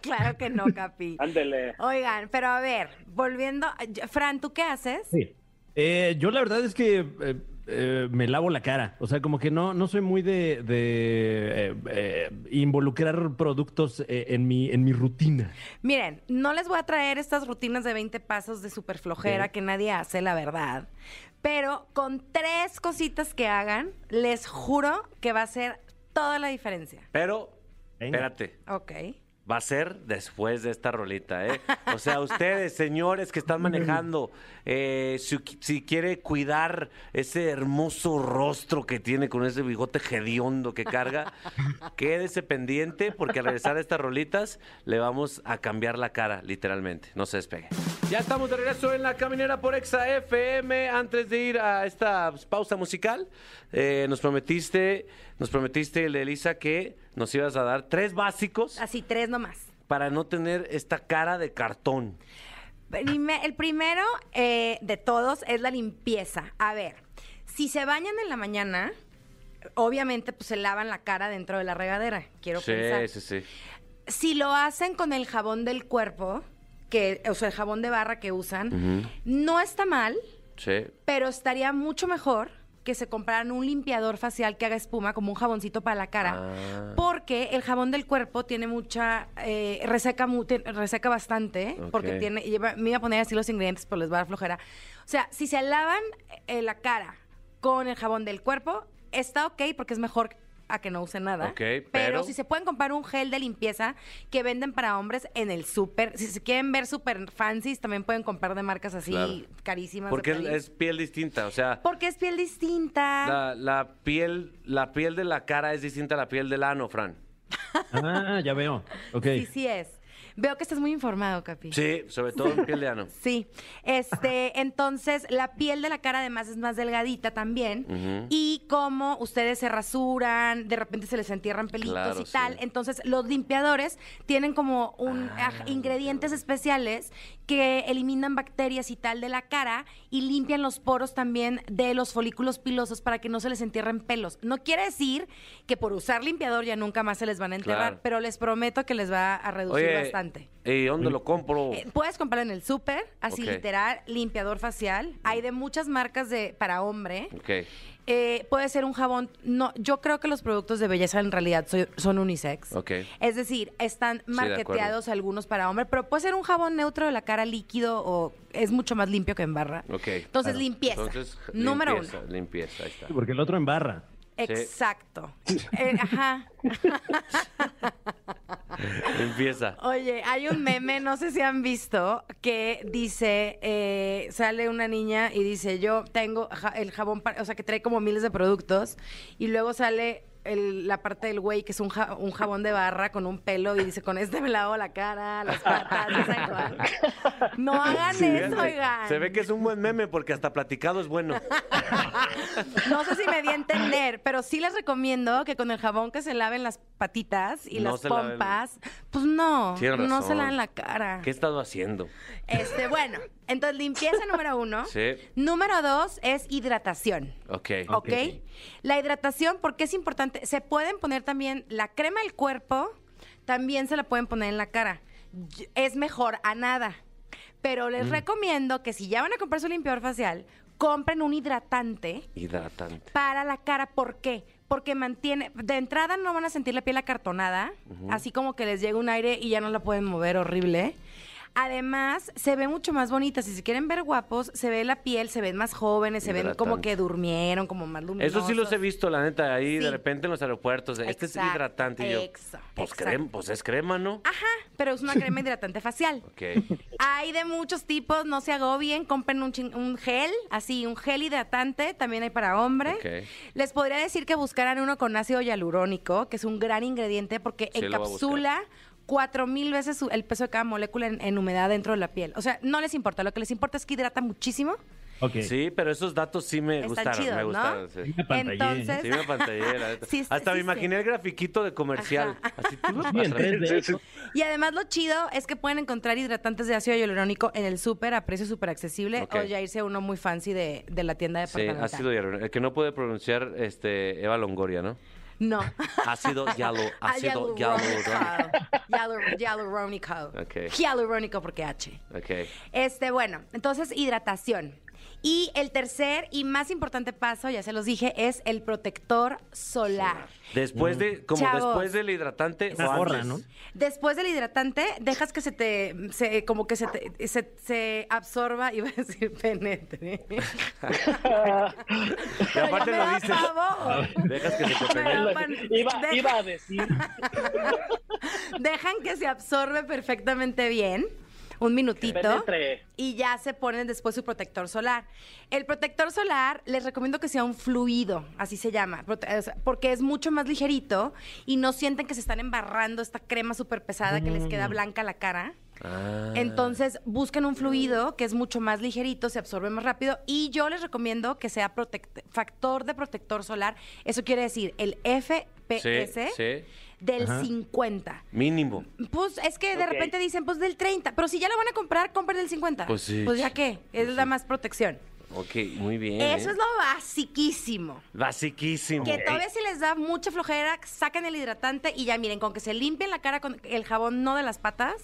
Speaker 7: claro que no, Capi.
Speaker 3: Ándele.
Speaker 7: Oigan, pero a ver, volviendo, Fran, ¿tú qué haces?
Speaker 4: Sí. Eh, yo la verdad es que eh, eh, me lavo la cara. O sea, como que no, no soy muy de, de, eh, eh, involucrar productos eh, en, mi, en mi rutina.
Speaker 7: Miren, no les voy a traer estas rutinas de 20 pasos de super flojera
Speaker 4: Ok.
Speaker 7: que nadie hace, la verdad. Pero con tres cositas que hagan, les juro que va a ser toda la diferencia.
Speaker 2: Pero,
Speaker 4: Venga.
Speaker 2: espérate,
Speaker 7: Ok.
Speaker 2: va a ser después de esta rolita, ¿eh? O sea, ustedes, señores que están manejando, eh, si, si quiere cuidar ese hermoso rostro que tiene con ese bigote hediondo que carga, quédese pendiente porque al regresar a estas rolitas le vamos a cambiar la cara, literalmente. No se despegue. Ya estamos de regreso en la caminera por Exa FM. Antes de ir a esta pausa musical, eh, nos prometiste, nos prometiste, Elisa, que nos ibas a dar tres básicos
Speaker 7: Así, tres nomás.
Speaker 2: para no tener esta cara de cartón.
Speaker 7: Prime- el primero eh, de todos es la limpieza. A ver, si se bañan en la mañana, obviamente pues se lavan la cara dentro de la regadera. Quiero pensar.
Speaker 2: sí.
Speaker 7: Si lo hacen con el jabón del cuerpo, que, o sea, el jabón de barra que usan,
Speaker 2: Ujú.
Speaker 7: no está mal,
Speaker 2: Sí.
Speaker 7: pero estaría mucho mejor que se compraran un limpiador facial que haga espuma, como un jaboncito para la cara,
Speaker 2: Ah.
Speaker 7: porque el jabón del cuerpo tiene mucha, eh, reseca, mu- te- reseca bastante,
Speaker 2: Ok.
Speaker 7: porque tiene, lleva- me iba a poner así los ingredientes, pero les va a dar flojera. O sea, si se lavan eh, la cara con el jabón del cuerpo, está ok, porque es mejor a que no usen nada.
Speaker 2: Ok, pero-
Speaker 7: si se pueden comprar un gel de limpieza que venden para hombres en el súper, si se quieren ver súper fancies, también pueden comprar de marcas así
Speaker 2: Claro.
Speaker 7: carísimas. de
Speaker 2: Porque es,
Speaker 7: París.
Speaker 2: es piel distinta, o sea,
Speaker 7: Porque es piel distinta.
Speaker 2: la, la piel la piel de la cara es distinta a la piel del ano, Fran.
Speaker 4: Ah, ya veo. Ok.
Speaker 7: Sí, sí es. Veo que estás muy informado, Capi.
Speaker 2: Sí, sobre todo en piel de ano.
Speaker 7: Sí. Este, entonces, la piel de la cara además es más delgadita también.
Speaker 2: Ujú.
Speaker 7: Y como ustedes se rasuran, de repente se les entierran pelitos
Speaker 2: Claro,
Speaker 7: y tal.
Speaker 2: sí.
Speaker 7: Entonces, los limpiadores tienen como un
Speaker 2: Ah,
Speaker 7: aj- ingredientes especiales que eliminan bacterias y tal de la cara y limpian los poros también de los folículos pilosos para que no se les entierren pelos. No quiere decir que por usar limpiador ya nunca más se les van a enterrar,
Speaker 2: Claro.
Speaker 7: pero les prometo que les va a reducir bastante.
Speaker 2: ¿y dónde lo compro?
Speaker 7: Eh, Puedes comprar en el súper, así
Speaker 2: Ok.
Speaker 7: literal, limpiador facial. Hay de muchas marcas de para hombre.
Speaker 2: Ok.
Speaker 7: Eh, puede ser un jabón. No, yo creo que los productos de belleza en realidad soy- son unisex.
Speaker 2: Ok.
Speaker 7: Es decir, están
Speaker 2: de acuerdo.
Speaker 7: marketeados algunos para hombre, pero puede ser un jabón neutro de la cara líquido o es mucho más limpio que en barra.
Speaker 2: Ok,
Speaker 7: Entonces, limpieza.
Speaker 2: Entonces,
Speaker 7: Número
Speaker 2: limpieza,
Speaker 7: uno.
Speaker 2: Limpieza, ahí está.
Speaker 4: Porque el otro embarra.
Speaker 7: Exacto. Eh, ajá.
Speaker 2: Empieza.
Speaker 7: Oye, hay un meme, no sé si han visto, que dice, eh, sale una niña y dice, yo tengo ja- el jabón, para, o sea, que trae como miles de productos, y luego sale el- la parte del güey, que es un, ja- un jabón de barra con un pelo, y dice, con este me lavo la cara, las patas, ya saben cuál. No hagan eso,
Speaker 2: Fíjate,
Speaker 7: oigan.
Speaker 2: Se ve que es un buen meme porque hasta platicado es bueno.
Speaker 7: No sé si me di a entender, pero sí les recomiendo que con el jabón que se laven las patitas y
Speaker 2: No
Speaker 7: las
Speaker 2: se laven.
Speaker 7: pompas, pues no,
Speaker 2: Tienes
Speaker 7: no se
Speaker 2: razón.
Speaker 7: lavan la cara.
Speaker 2: ¿Qué he estado haciendo?
Speaker 7: Este, bueno, entonces limpieza número uno.
Speaker 2: Sí.
Speaker 7: Número dos es hidratación.
Speaker 2: Ok.
Speaker 7: ¿Ok? La hidratación, porque es importante? Se pueden poner también la crema del cuerpo, también se la pueden poner en la cara. Y- Es mejor a nada. Pero
Speaker 2: Mm.
Speaker 7: les recomiendo que si ya van a comprar su limpiador facial, compren un hidratante
Speaker 2: Hidratante.
Speaker 7: para la cara. ¿Por qué? Porque mantiene, de entrada no van a sentir la piel acartonada, así como que les llega un aire y ya no la pueden mover horrible. Además, se ve mucho más bonita. Si se quieren ver guapos, se ve la piel, se ven más jóvenes, se ven como
Speaker 2: Hidratante.
Speaker 7: que durmieron, como más luminosos.
Speaker 2: Eso sí los he visto, la neta, ahí
Speaker 7: Sí.
Speaker 2: de repente en los aeropuertos. de, Este es
Speaker 7: Exacto,
Speaker 2: hidratante. Y yo,
Speaker 7: exacto, Ah,
Speaker 2: pues,
Speaker 7: exacto.
Speaker 2: crema- pues es crema, ¿no?
Speaker 7: Ajá, pero es una crema hidratante facial.
Speaker 2: Ok.
Speaker 7: Hay de muchos tipos, no se agobien, compren un, chin- un gel, así, un gel hidratante, también hay para hombre.
Speaker 2: Ok.
Speaker 7: Les podría decir que buscaran uno con ácido hialurónico, que es un gran ingrediente porque
Speaker 2: Sí, lo voy a
Speaker 7: encapsula cuatro mil veces su- el peso de cada molécula en, en humedad dentro de la piel. O sea, no les importa, lo que les importa es que hidrata muchísimo.
Speaker 4: Ok.
Speaker 2: Sí, pero esos datos sí me
Speaker 7: Están
Speaker 2: gustaron.
Speaker 7: chidos,
Speaker 2: me
Speaker 7: ¿no?
Speaker 2: gustaron, sí.
Speaker 4: Me apantallé.
Speaker 7: Entonces,
Speaker 2: Sí, me apantallé, la neta.
Speaker 7: Sí, sí,
Speaker 2: Hasta
Speaker 7: sí,
Speaker 2: me
Speaker 7: sí.
Speaker 2: imaginé el grafiquito de comercial. Así, tú lo
Speaker 4: Sí, en
Speaker 2: pasas.
Speaker 4: 3D.
Speaker 3: Sí, sí.
Speaker 7: Y además lo chido es que pueden encontrar hidratantes de ácido hialurónico en el súper a precio súper accesible
Speaker 2: Ok.
Speaker 7: o ya irse a uno muy fancy de, de la tienda de
Speaker 2: Sí,
Speaker 7: departamental.
Speaker 2: ácido hialurónico. El que no puede pronunciar este, Eva Longoria, ¿no?
Speaker 7: No.
Speaker 2: Ácido hialo-
Speaker 7: Ah,
Speaker 2: ácido
Speaker 7: hialurónico.
Speaker 2: hialurónico.
Speaker 7: Hialu- Hialurónico.
Speaker 2: Ok.
Speaker 7: Hialurónico porque H.
Speaker 2: Ok.
Speaker 7: Este, bueno, entonces hidratación. Y el tercer y más importante paso, ya se los dije, es el protector solar.
Speaker 2: Después de, como
Speaker 7: Chavos.
Speaker 2: después del hidratante,
Speaker 4: Mm. Una
Speaker 2: o
Speaker 4: gorra,
Speaker 2: antes.
Speaker 4: ¿no?
Speaker 7: Después del hidratante, dejas que se te, se- como que se, te- se, se absorba, iba a decir penetre.
Speaker 2: Y aparte
Speaker 7: me
Speaker 2: lo
Speaker 7: da
Speaker 2: dices.
Speaker 7: pavor.
Speaker 2: Dejas que se te
Speaker 7: Me
Speaker 2: pegue.
Speaker 7: da pan-
Speaker 3: Iba,
Speaker 7: deja-
Speaker 3: iba a decir.
Speaker 7: Dejan que se absorbe perfectamente bien, un minutito.
Speaker 3: Penetre.
Speaker 7: Y ya se ponen después su protector solar. El protector solar les recomiendo que sea un fluido, así se llama, prote- o sea, porque es mucho más ligerito y no sienten que se están embarrando esta crema súper pesada que les queda blanca la cara.
Speaker 2: Ah.
Speaker 7: Entonces busquen un fluido que es mucho más ligerito, se absorbe más rápido y yo les recomiendo que sea protect- factor de protector solar. Eso quiere decir el
Speaker 2: sí,
Speaker 7: FPS
Speaker 2: sí.
Speaker 7: del
Speaker 4: Ajá.
Speaker 7: 50.
Speaker 2: Mínimo.
Speaker 7: Pues es que de
Speaker 3: Ok.
Speaker 7: repente dicen, pues del 30, pero si ya lo van a comprar, compren del 50.
Speaker 2: Pues sí.
Speaker 7: ya qué, es la más protección.
Speaker 2: Ok, muy bien. ¿eh?
Speaker 7: Eso es lo basiquísimo.
Speaker 2: Basiquísimo.
Speaker 7: Que todavía si les da mucha flojera, sacan el hidratante y ya miren, con que se limpien la cara con el jabón, no de las patas,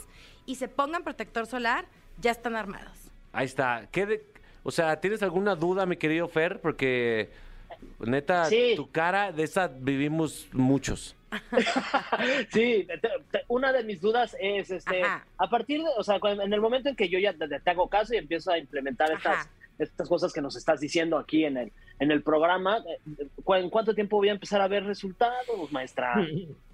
Speaker 7: y se pongan protector solar, ya están armados.
Speaker 2: Ahí está. ¿Qué de- O sea, ¿tienes alguna duda, mi querido Fer? Porque, neta,
Speaker 3: Sí.
Speaker 2: tu cara, de esa vivimos muchos.
Speaker 3: Sí, te- te- una de mis dudas es, este,
Speaker 7: Ajá.
Speaker 3: a partir de, o sea, cuando- en el momento en que yo ya te, te hago caso y empiezo a implementar
Speaker 7: Ajá.
Speaker 3: estas, estas cosas que nos estás diciendo aquí en el, en el programa, eh, ¿cu- ¿en cuánto tiempo voy a empezar a ver resultados, maestra?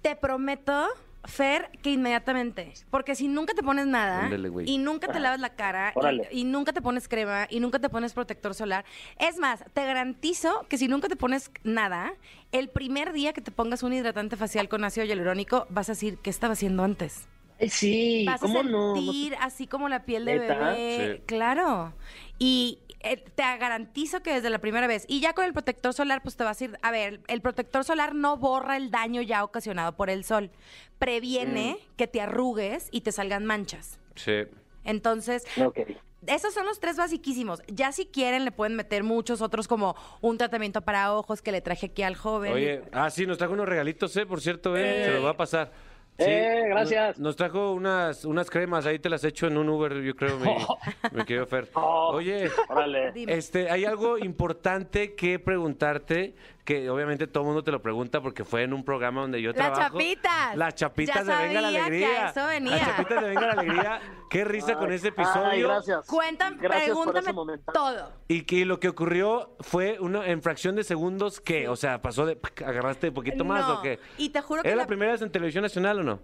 Speaker 7: Te prometo, Fer, que inmediatamente. Porque si nunca te pones nada
Speaker 2: Ándale, güey.
Speaker 7: y nunca te lavas la cara
Speaker 3: Órale.
Speaker 7: y, y nunca te pones crema y nunca te pones protector solar. Es más, te garantizo que si nunca te pones nada, el primer día que te pongas un hidratante facial con ácido hialurónico, vas a decir, ¿qué estaba haciendo antes?
Speaker 3: Ay, sí,
Speaker 7: vas
Speaker 3: ¿cómo
Speaker 7: a
Speaker 3: no?
Speaker 7: sentir así como la piel de
Speaker 3: ¿Neta?
Speaker 7: bebé.
Speaker 2: Sí.
Speaker 7: Claro. Y eh, te garantizo que desde la primera vez. Y ya con el protector solar, pues te vas a ir. A ver, el protector solar no borra el daño ya ocasionado por el sol. Previene
Speaker 3: Mm.
Speaker 7: que te arrugues y te salgan manchas.
Speaker 2: Sí.
Speaker 7: Entonces,
Speaker 3: Ok.
Speaker 7: esos son los tres basiquísimos. Ya si quieren, le pueden meter muchos otros, como un tratamiento para ojos que le traje aquí al joven.
Speaker 2: Oye, ah, sí, nos trajo unos regalitos, ¿eh? Por cierto, ¿eh?
Speaker 7: Eh.
Speaker 2: Se los va a pasar. Sí,
Speaker 3: Eh, gracias.
Speaker 2: Nos, nos trajo unas, unas cremas, ahí te las echo en un Uber, yo creo, mi, mi querido Fer.
Speaker 3: Oh.
Speaker 2: Oye,
Speaker 3: Órale.
Speaker 7: Dime.
Speaker 2: este, hay algo importante que preguntarte, que obviamente todo el mundo te lo pregunta porque fue en un programa donde yo
Speaker 7: Las
Speaker 2: trabajo.
Speaker 7: chapitas.
Speaker 2: Las
Speaker 7: Ya
Speaker 2: chapitas de Venga la
Speaker 7: sabía que a
Speaker 2: Alegría.
Speaker 7: eso venía.
Speaker 2: Las chapitas de Venga la Alegría. Qué risa con ese episodio.
Speaker 3: Ay, gracias.
Speaker 7: Cuéntame,
Speaker 3: Gracias por
Speaker 7: pregúntame
Speaker 3: ese momento.
Speaker 7: todo.
Speaker 2: Y que lo que ocurrió fue una en fracción de segundos que, o sea, pasó de ¡pac! agarraste un poquito más
Speaker 7: No,
Speaker 2: o qué.
Speaker 7: y te juro que
Speaker 2: ¿Era la...
Speaker 7: la-
Speaker 2: primera vez en televisión nacional o no?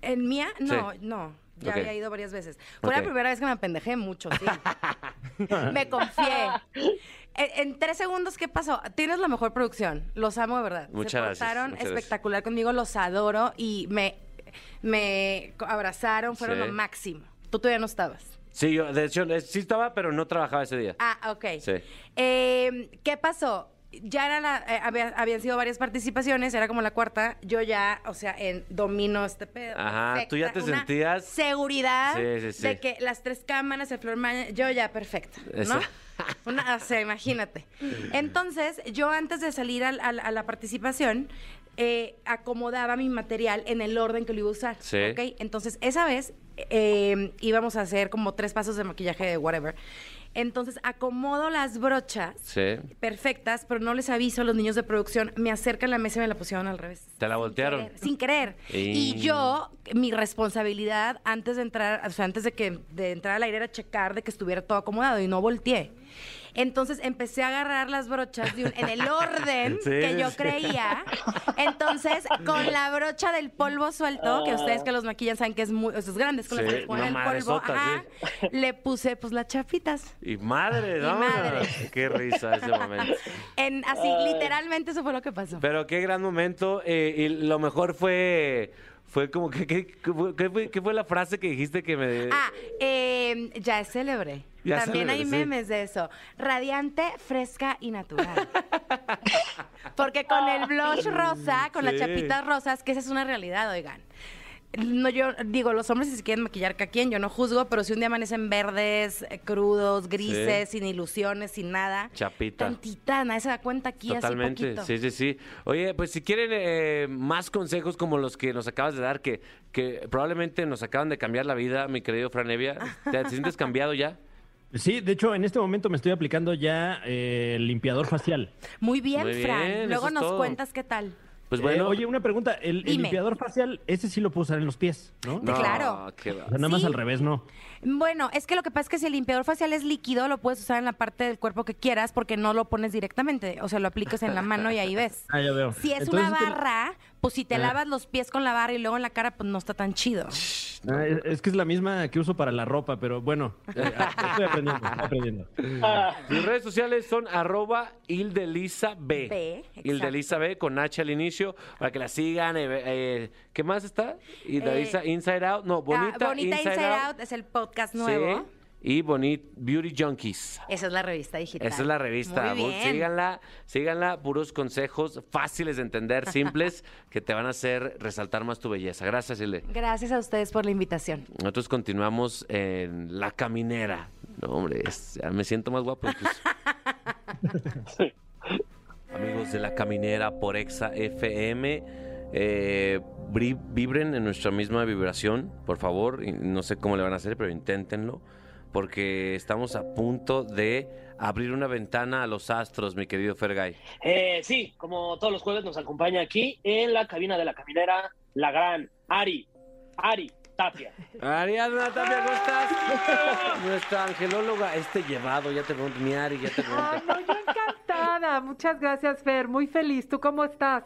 Speaker 7: ¿En mía? No,
Speaker 2: Sí.
Speaker 7: no. Ya
Speaker 2: Ok.
Speaker 7: había ido varias veces. Fue la
Speaker 2: Ok.
Speaker 7: primera vez que me apendejé mucho, sí. me confié. En, en tres segundos, ¿qué pasó? Tienes la mejor producción. Los amo de verdad. Se
Speaker 2: Muchas gracias,
Speaker 7: portaron
Speaker 2: muchas gracias.
Speaker 7: espectacular conmigo, los adoro y me, me co- abrazaron, fueron
Speaker 2: Sí.
Speaker 7: lo máximo. Tú todavía no estabas.
Speaker 2: Sí, yo de hecho eh, sí estaba, pero no trabajaba ese día.
Speaker 7: Ah, ok.
Speaker 2: Sí.
Speaker 7: Eh, ¿Qué pasó? Ya era la- eh, había- habían sido varias participaciones, era como la cuarta. Yo ya, o sea, en, domino este pedo.
Speaker 2: Ajá, tú ya te
Speaker 7: una
Speaker 2: sentías-
Speaker 7: Seguridad
Speaker 2: Sí, sí, sí.
Speaker 7: de que las tres cámaras, el floor manager, yo ya perfecta,
Speaker 2: Eso.
Speaker 7: ¿no? Una, o sea, imagínate. Entonces, yo antes de salir al- al- a la participación, eh, acomodaba mi material en el orden que lo iba a usar.
Speaker 2: Sí.
Speaker 7: ¿ok? Entonces, esa vez eh, íbamos a hacer como tres pasos de maquillaje de whatever. Entonces, acomodo las brochas
Speaker 2: Sí.
Speaker 7: perfectas, pero no les aviso a los niños de producción. Me acercan la mesa y me la pusieron al revés.
Speaker 2: Te la
Speaker 7: Sin
Speaker 2: voltearon.
Speaker 7: querer, Sin querer.
Speaker 2: Y-
Speaker 7: Y... yo, mi responsabilidad antes de entrar, o sea, antes de que de entrar al aire era checar de que estuviera todo acomodado y no volteé. Entonces empecé a agarrar las brochas de un- en el orden
Speaker 2: Sí,
Speaker 7: que
Speaker 2: sí,
Speaker 7: yo
Speaker 2: sí.
Speaker 7: creía. Entonces, con la brocha del polvo suelto, que
Speaker 3: Ah.
Speaker 7: ustedes que los maquillan saben que es muy, o sea, es grande, es con la
Speaker 2: Sí,
Speaker 7: que les ponen
Speaker 2: una
Speaker 7: el polvo.
Speaker 2: madresota,
Speaker 7: ajá, Le puse pues las chapitas.
Speaker 2: Y madre,
Speaker 7: Y
Speaker 2: ¿no?
Speaker 7: madre.
Speaker 2: Qué risa ese momento.
Speaker 7: En, así, literalmente eso fue lo que pasó.
Speaker 2: Pero qué gran momento. eh, y lo mejor fue. Fue como que. que- que fue- ¿Qué fue, qué fue la frase que dijiste que me.?
Speaker 7: Ah, eh, ya es célebre.
Speaker 2: Ya es
Speaker 7: También
Speaker 2: célebre,
Speaker 7: hay
Speaker 2: sí.
Speaker 7: memes de eso. Radiante, fresca y natural. Porque con el blush rosa, con
Speaker 2: Sí.
Speaker 7: las chapitas rosas, que esa es una realidad, oigan. No, yo digo, los hombres si se quieren maquillar que a quién, yo no juzgo, pero si un día amanecen verdes, eh, crudos, grises, sin ilusiones, sin nada.
Speaker 2: Chapita.
Speaker 7: Tantita, nadie se da cuenta aquí así
Speaker 2: Totalmente,
Speaker 7: poquito.
Speaker 2: sí, sí, sí. Oye, pues si quieren eh, más consejos como los que nos acabas de dar, que, que probablemente nos acaban de cambiar la vida, mi querido Fran Evia, ¿te, te sientes cambiado ya?
Speaker 4: Sí, de hecho, en este momento me estoy aplicando ya eh, el limpiador facial.
Speaker 7: Muy bien,
Speaker 2: Muy bien,
Speaker 7: Fran. Luego
Speaker 2: eso es
Speaker 7: nos
Speaker 2: todo.
Speaker 7: cuentas qué tal.
Speaker 2: Pues
Speaker 4: Eh,
Speaker 2: bueno,
Speaker 4: oye, una pregunta. El, el
Speaker 7: Dime.
Speaker 4: limpiador facial, ese sí lo puedo usar en los pies, ¿no?
Speaker 2: no,
Speaker 7: claro.
Speaker 2: qué va-
Speaker 4: O sea, nada más
Speaker 7: Sí.
Speaker 4: al revés, no.
Speaker 7: Bueno, es que lo que pasa es que si el limpiador facial es líquido, lo puedes usar en la parte del cuerpo que quieras porque no lo pones directamente. O sea, lo aplicas en la mano y ahí ves.
Speaker 4: Ah, ya veo.
Speaker 7: Si es
Speaker 4: Entonces,
Speaker 7: una
Speaker 4: este-
Speaker 7: barra, pues si te
Speaker 4: Ah.
Speaker 7: lavas los pies con la barra y luego en la cara, pues no está tan chido.
Speaker 4: Ah, es, es que es la misma que uso para la ropa, pero bueno, eh, estoy aprendiendo, estoy aprendiendo.
Speaker 2: Mis redes sociales son arroba Ildelisa B.
Speaker 7: B,
Speaker 2: Ildelisa B con H al inicio, para que la sigan. eh, eh, ¿Qué más está? Ildelisa Inside Out. No, Bonita,
Speaker 7: Eh, Ah, bonita
Speaker 2: Inside, Out.
Speaker 7: es el podcast
Speaker 2: Sí.
Speaker 7: nuevo.
Speaker 2: Y Bonit Beauty Junkies.
Speaker 7: Esa es la revista digital.
Speaker 2: Esa es la revista.
Speaker 7: Muy
Speaker 2: Bu-
Speaker 7: bien.
Speaker 2: Síganla, síganla, puros consejos fáciles de entender, simples, que te van a hacer resaltar más tu belleza. Gracias, Ilde.
Speaker 7: Gracias a ustedes por la invitación.
Speaker 2: Nosotros continuamos en La Caminera. No, hombre, es- ya me siento más guapo. pues. incluso. Amigos de La Caminera por Exa FM, eh, bri- vibren en nuestra misma vibración, por favor. Y No sé cómo le van a hacer, pero inténtenlo. Porque estamos a punto de abrir una ventana a los astros, mi querido Fergay.
Speaker 3: Eh, sí, como todos los jueves nos acompaña aquí en la cabina de la caminera, la gran Ari, Ari Tapia.
Speaker 2: Ariadna Tapia, ¿cómo estás? Nuestra angelóloga, este llevado, ya te pregunto, mi Ari, ya te
Speaker 8: Ay, no, yo encantada. Muchas gracias, Fer. Muy feliz. ¿Tú cómo estás?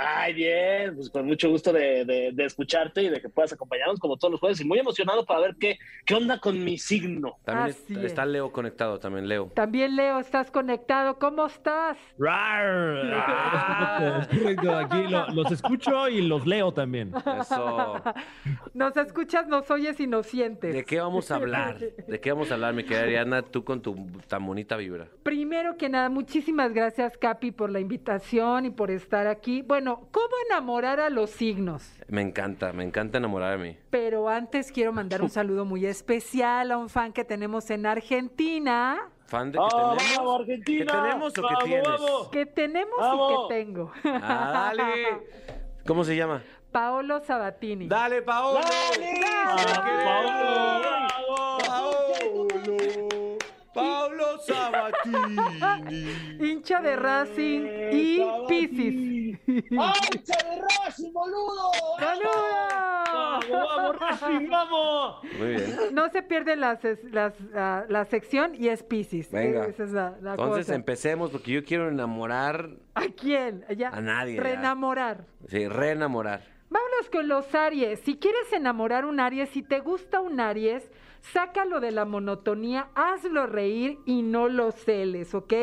Speaker 3: Ay, bien, pues con mucho gusto de, de- de escucharte y de que puedas acompañarnos como todos los jueves y muy emocionado para ver qué, qué onda con mi signo.
Speaker 2: También
Speaker 8: Así
Speaker 2: es-
Speaker 8: es.
Speaker 2: está Leo conectado, también Leo.
Speaker 8: También, Leo, estás conectado. ¿Cómo estás?
Speaker 4: ¡Rar! Es correcto, es correcto. Aquí lo- los escucho y los leo también.
Speaker 2: Eso.
Speaker 8: Nos escuchas, nos oyes y nos sientes.
Speaker 2: ¿De qué vamos a hablar? ¿De qué vamos a hablar, mi querida Ariadna, tú con tu tan bonita vibra?
Speaker 8: Primero que nada, muchísimas gracias, Capi, por la invitación y por estar aquí. Bueno, ¿cómo enamorar a los signos?
Speaker 2: Me encanta, me encanta enamorar a mí.
Speaker 8: Pero antes quiero mandar un saludo muy especial a un fan que tenemos en Argentina.
Speaker 2: ¿Fan de que
Speaker 3: ¡Oh,
Speaker 2: tenemos?
Speaker 3: vamos, Argentina!
Speaker 2: ¿Que tenemos o
Speaker 3: ¡Vamos,
Speaker 2: que tienes?
Speaker 3: vamos!
Speaker 8: Que tenemos
Speaker 3: ¡Vamos!
Speaker 8: y que tengo.
Speaker 2: Ah, dale. ¿Cómo se llama?
Speaker 8: Paolo Sabatini.
Speaker 2: ¡Dale, Paolo!
Speaker 3: ¡Vamos, Paolo!
Speaker 2: ¡Paolo! ¡Paolo
Speaker 1: Platini.
Speaker 8: Hincha de Racing y
Speaker 3: Eso,
Speaker 8: Piscis.
Speaker 3: ¡Ay, ¡Ah, Racing, boludo!
Speaker 8: ¡Saludos!
Speaker 3: ¡Vamos, vamos, Racing, vamos!
Speaker 2: Muy bien.
Speaker 8: No se pierde las es- las, ah, la, sección y es Piscis.
Speaker 2: Venga.
Speaker 8: Esa es la, la
Speaker 2: Entonces
Speaker 8: cosa.
Speaker 2: empecemos porque yo quiero enamorar,
Speaker 8: ¿A quién? Ya.
Speaker 2: A nadie, ya.
Speaker 8: Reenamorar.
Speaker 2: sí, reenamorar.
Speaker 8: Vámonos con los Aries. Si quieres enamorar un Aries, si te gusta un Aries, sácalo de la monotonía, hazlo reír y no lo celes, ¿ok?